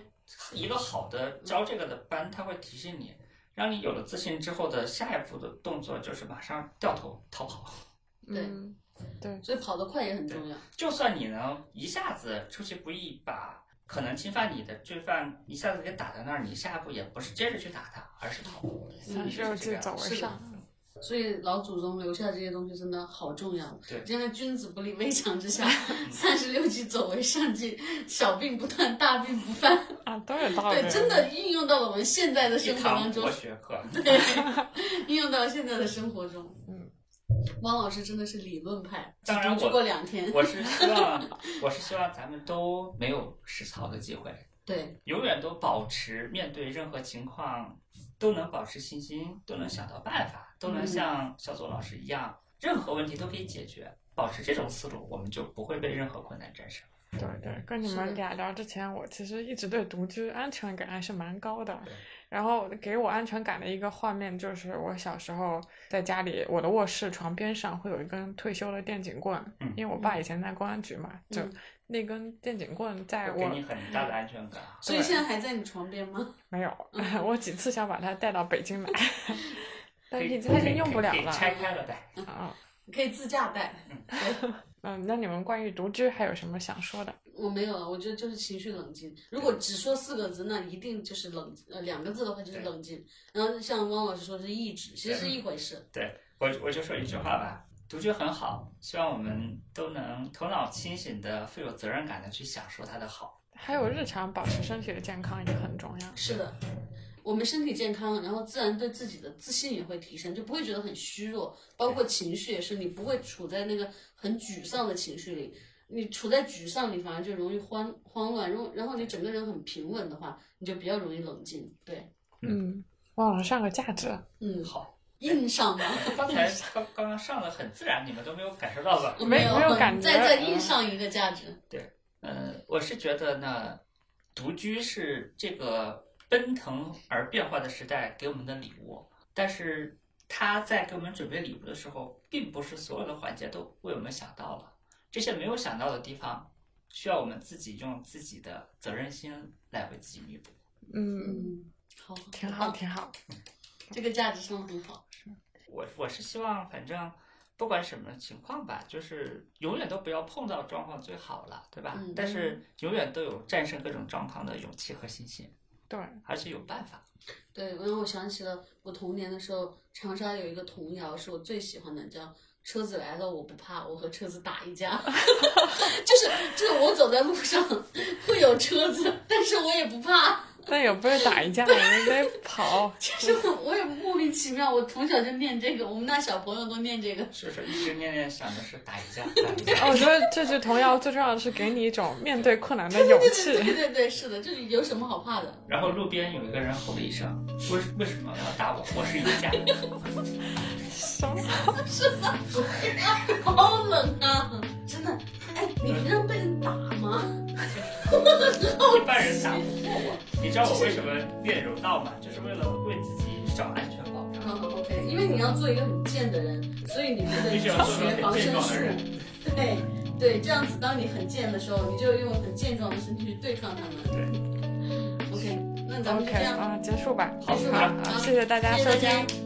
[SPEAKER 3] 一个好的
[SPEAKER 2] 嗯
[SPEAKER 3] 教这个的班，他会提醒你，让你有了自信之后的下一步的动作就是马上掉头逃跑。
[SPEAKER 2] 对
[SPEAKER 1] 嗯，对，
[SPEAKER 2] 所以跑得快也很重要。
[SPEAKER 3] 就算你能一下子出其不意把可能侵犯你的罪犯一下子给打在那儿，你下一步也不是接着去打他，而是逃。
[SPEAKER 1] 三十六计嗯走为
[SPEAKER 2] 是的
[SPEAKER 1] 上。
[SPEAKER 2] 所以老祖宗留下这些东西真的好重要。
[SPEAKER 3] 对
[SPEAKER 2] 现在君子不立危墙之下，三十六计走为上计，小病不断，大病不犯。
[SPEAKER 1] 啊，都有道理。
[SPEAKER 2] 对，真的应用到我们现在的
[SPEAKER 3] 一
[SPEAKER 2] 生活
[SPEAKER 3] 堂
[SPEAKER 2] 当中
[SPEAKER 3] 国。学课，
[SPEAKER 2] 对，应用到现在的生活中。
[SPEAKER 1] 嗯，
[SPEAKER 2] 汪老师真的是理论派，只
[SPEAKER 3] 当然
[SPEAKER 2] 读
[SPEAKER 3] 我
[SPEAKER 2] 过两天。
[SPEAKER 3] 我是希望， 我是希望咱们都没有实操的机会，
[SPEAKER 2] 对，
[SPEAKER 3] 永远都保持面对任何情况都能保持信心，都能想到办法，都能像小左老师一样，任何问题都可以解决。保持这种思路，我们就不会被任何困难战胜。
[SPEAKER 1] 对对，跟你
[SPEAKER 2] 是的
[SPEAKER 1] 们俩聊之前，我其实一直对独居安全感还是蛮高的
[SPEAKER 3] 对。
[SPEAKER 1] 然后给我安全感的一个画面就是，我小时候在家里，我的卧室床边上会有一根退休的电警棍，
[SPEAKER 3] 嗯
[SPEAKER 1] 因为我爸以前在公安局嘛，就
[SPEAKER 2] 嗯
[SPEAKER 1] 那根电警棍在
[SPEAKER 3] 给
[SPEAKER 1] 哎我
[SPEAKER 3] 你很大的安全感。啊
[SPEAKER 2] 所以现在还在你床边吗？
[SPEAKER 1] 没有， 我几次想把它带到北京来，但
[SPEAKER 3] 可以
[SPEAKER 1] 已经它已
[SPEAKER 3] 可以
[SPEAKER 1] 经用不了
[SPEAKER 3] 可以
[SPEAKER 1] 了。
[SPEAKER 3] 拆开了带。
[SPEAKER 1] 啊，
[SPEAKER 2] 你可以自驾带。对，
[SPEAKER 1] 嗯，那你们关于独居还有什么想说的？
[SPEAKER 2] 我没有了，我觉得就是情绪冷静。如果只说四个字，那一定就是冷，呃，两个字的话就是
[SPEAKER 3] 对
[SPEAKER 2] 冷静。然后像汪老师说是意志，其实是一回事。
[SPEAKER 3] 对我我就说一句话吧，独居很好，希望我们都能头脑清醒的、富有责任感的去享受它的好。
[SPEAKER 1] 还有日常保持身体的健康也很重要。
[SPEAKER 2] 是的，我们身体健康，然后自然对自己的自信也会提升，就不会觉得很虚弱。包括情绪也是，你不会处在那个很沮丧的情绪里，你处在沮丧里反而就容易慌慌乱，然后然后你整个人很平稳的话，你就比较容易冷静。对，
[SPEAKER 1] 嗯，忘了上个价值。
[SPEAKER 2] 嗯，
[SPEAKER 3] 好，
[SPEAKER 2] 硬上 吗？
[SPEAKER 3] 刚才刚刚刚上的很自然，你们都没有感受到吧？
[SPEAKER 1] 没
[SPEAKER 2] 有
[SPEAKER 1] 没有感觉嗯
[SPEAKER 2] 再再硬上一个价值。
[SPEAKER 3] 呃，我是觉得呢，独居是这个奔腾而变化的时代给我们的礼物，但是他在给我们准备礼物的时候，并不是所有的环节都为我们想到了，这些没有想到的地方，需要我们自己用自己的责任心来为自己弥补。
[SPEAKER 1] 嗯，
[SPEAKER 2] 嗯，好，
[SPEAKER 1] 挺好，
[SPEAKER 2] 啊
[SPEAKER 1] 挺好。
[SPEAKER 2] 这个价值上很好。
[SPEAKER 3] 我我是希望，反正不管什么情况吧，就是永远都不要碰到状况最好了，对吧？
[SPEAKER 2] 嗯
[SPEAKER 3] 但是永远都有战胜各种状况的勇气和信心，
[SPEAKER 1] 对，
[SPEAKER 3] 而且有办法。
[SPEAKER 2] 对，因为我想起了我童年的时候，长沙有一个童谣是我最喜欢的，叫“车子来了我不怕，我和车子打一架”就是就是我走在路上会有车子，但是我也不怕，
[SPEAKER 1] 但也不是打一架，我们得跑。哦
[SPEAKER 2] 就是我我也莫名其妙，我从小就念这个，我们那小朋友都念这个。
[SPEAKER 3] 是不是一直念念想的是打 一架，打一架？
[SPEAKER 1] 哦，我觉得这句童谣最重要的是给你一种面对困难的勇
[SPEAKER 2] 对对
[SPEAKER 1] 气。
[SPEAKER 2] 对对，是的，就是有什么好怕的？
[SPEAKER 3] 然后路边有一个人吼了一声：“为为什么要打我？我是一 架。
[SPEAKER 1] 什么？
[SPEAKER 2] 好冷啊！真的，哎，你平常被人打吗？
[SPEAKER 3] 一般人打不过我。你知道我为什么练柔道吗？就是为了为自己找安全保障。
[SPEAKER 2] 嗯，OK，因为你要做一个很贱的人，所以你就得
[SPEAKER 3] 必须
[SPEAKER 2] 学
[SPEAKER 3] 要做一个
[SPEAKER 2] 防
[SPEAKER 3] 很健
[SPEAKER 2] 身
[SPEAKER 3] 壮的
[SPEAKER 2] 术
[SPEAKER 3] 人。
[SPEAKER 2] 对对，这样子，当你很贱的时候，你就用很健壮的身体去对抗他们。
[SPEAKER 3] 对。
[SPEAKER 2] OK，那咱们就
[SPEAKER 1] OK
[SPEAKER 2] 这样，
[SPEAKER 1] 啊，结束吧。
[SPEAKER 3] 好
[SPEAKER 2] 是
[SPEAKER 3] 好
[SPEAKER 2] 吧？
[SPEAKER 1] 谢谢大家
[SPEAKER 2] 谢谢
[SPEAKER 1] 收
[SPEAKER 2] 大
[SPEAKER 1] 听
[SPEAKER 2] 家。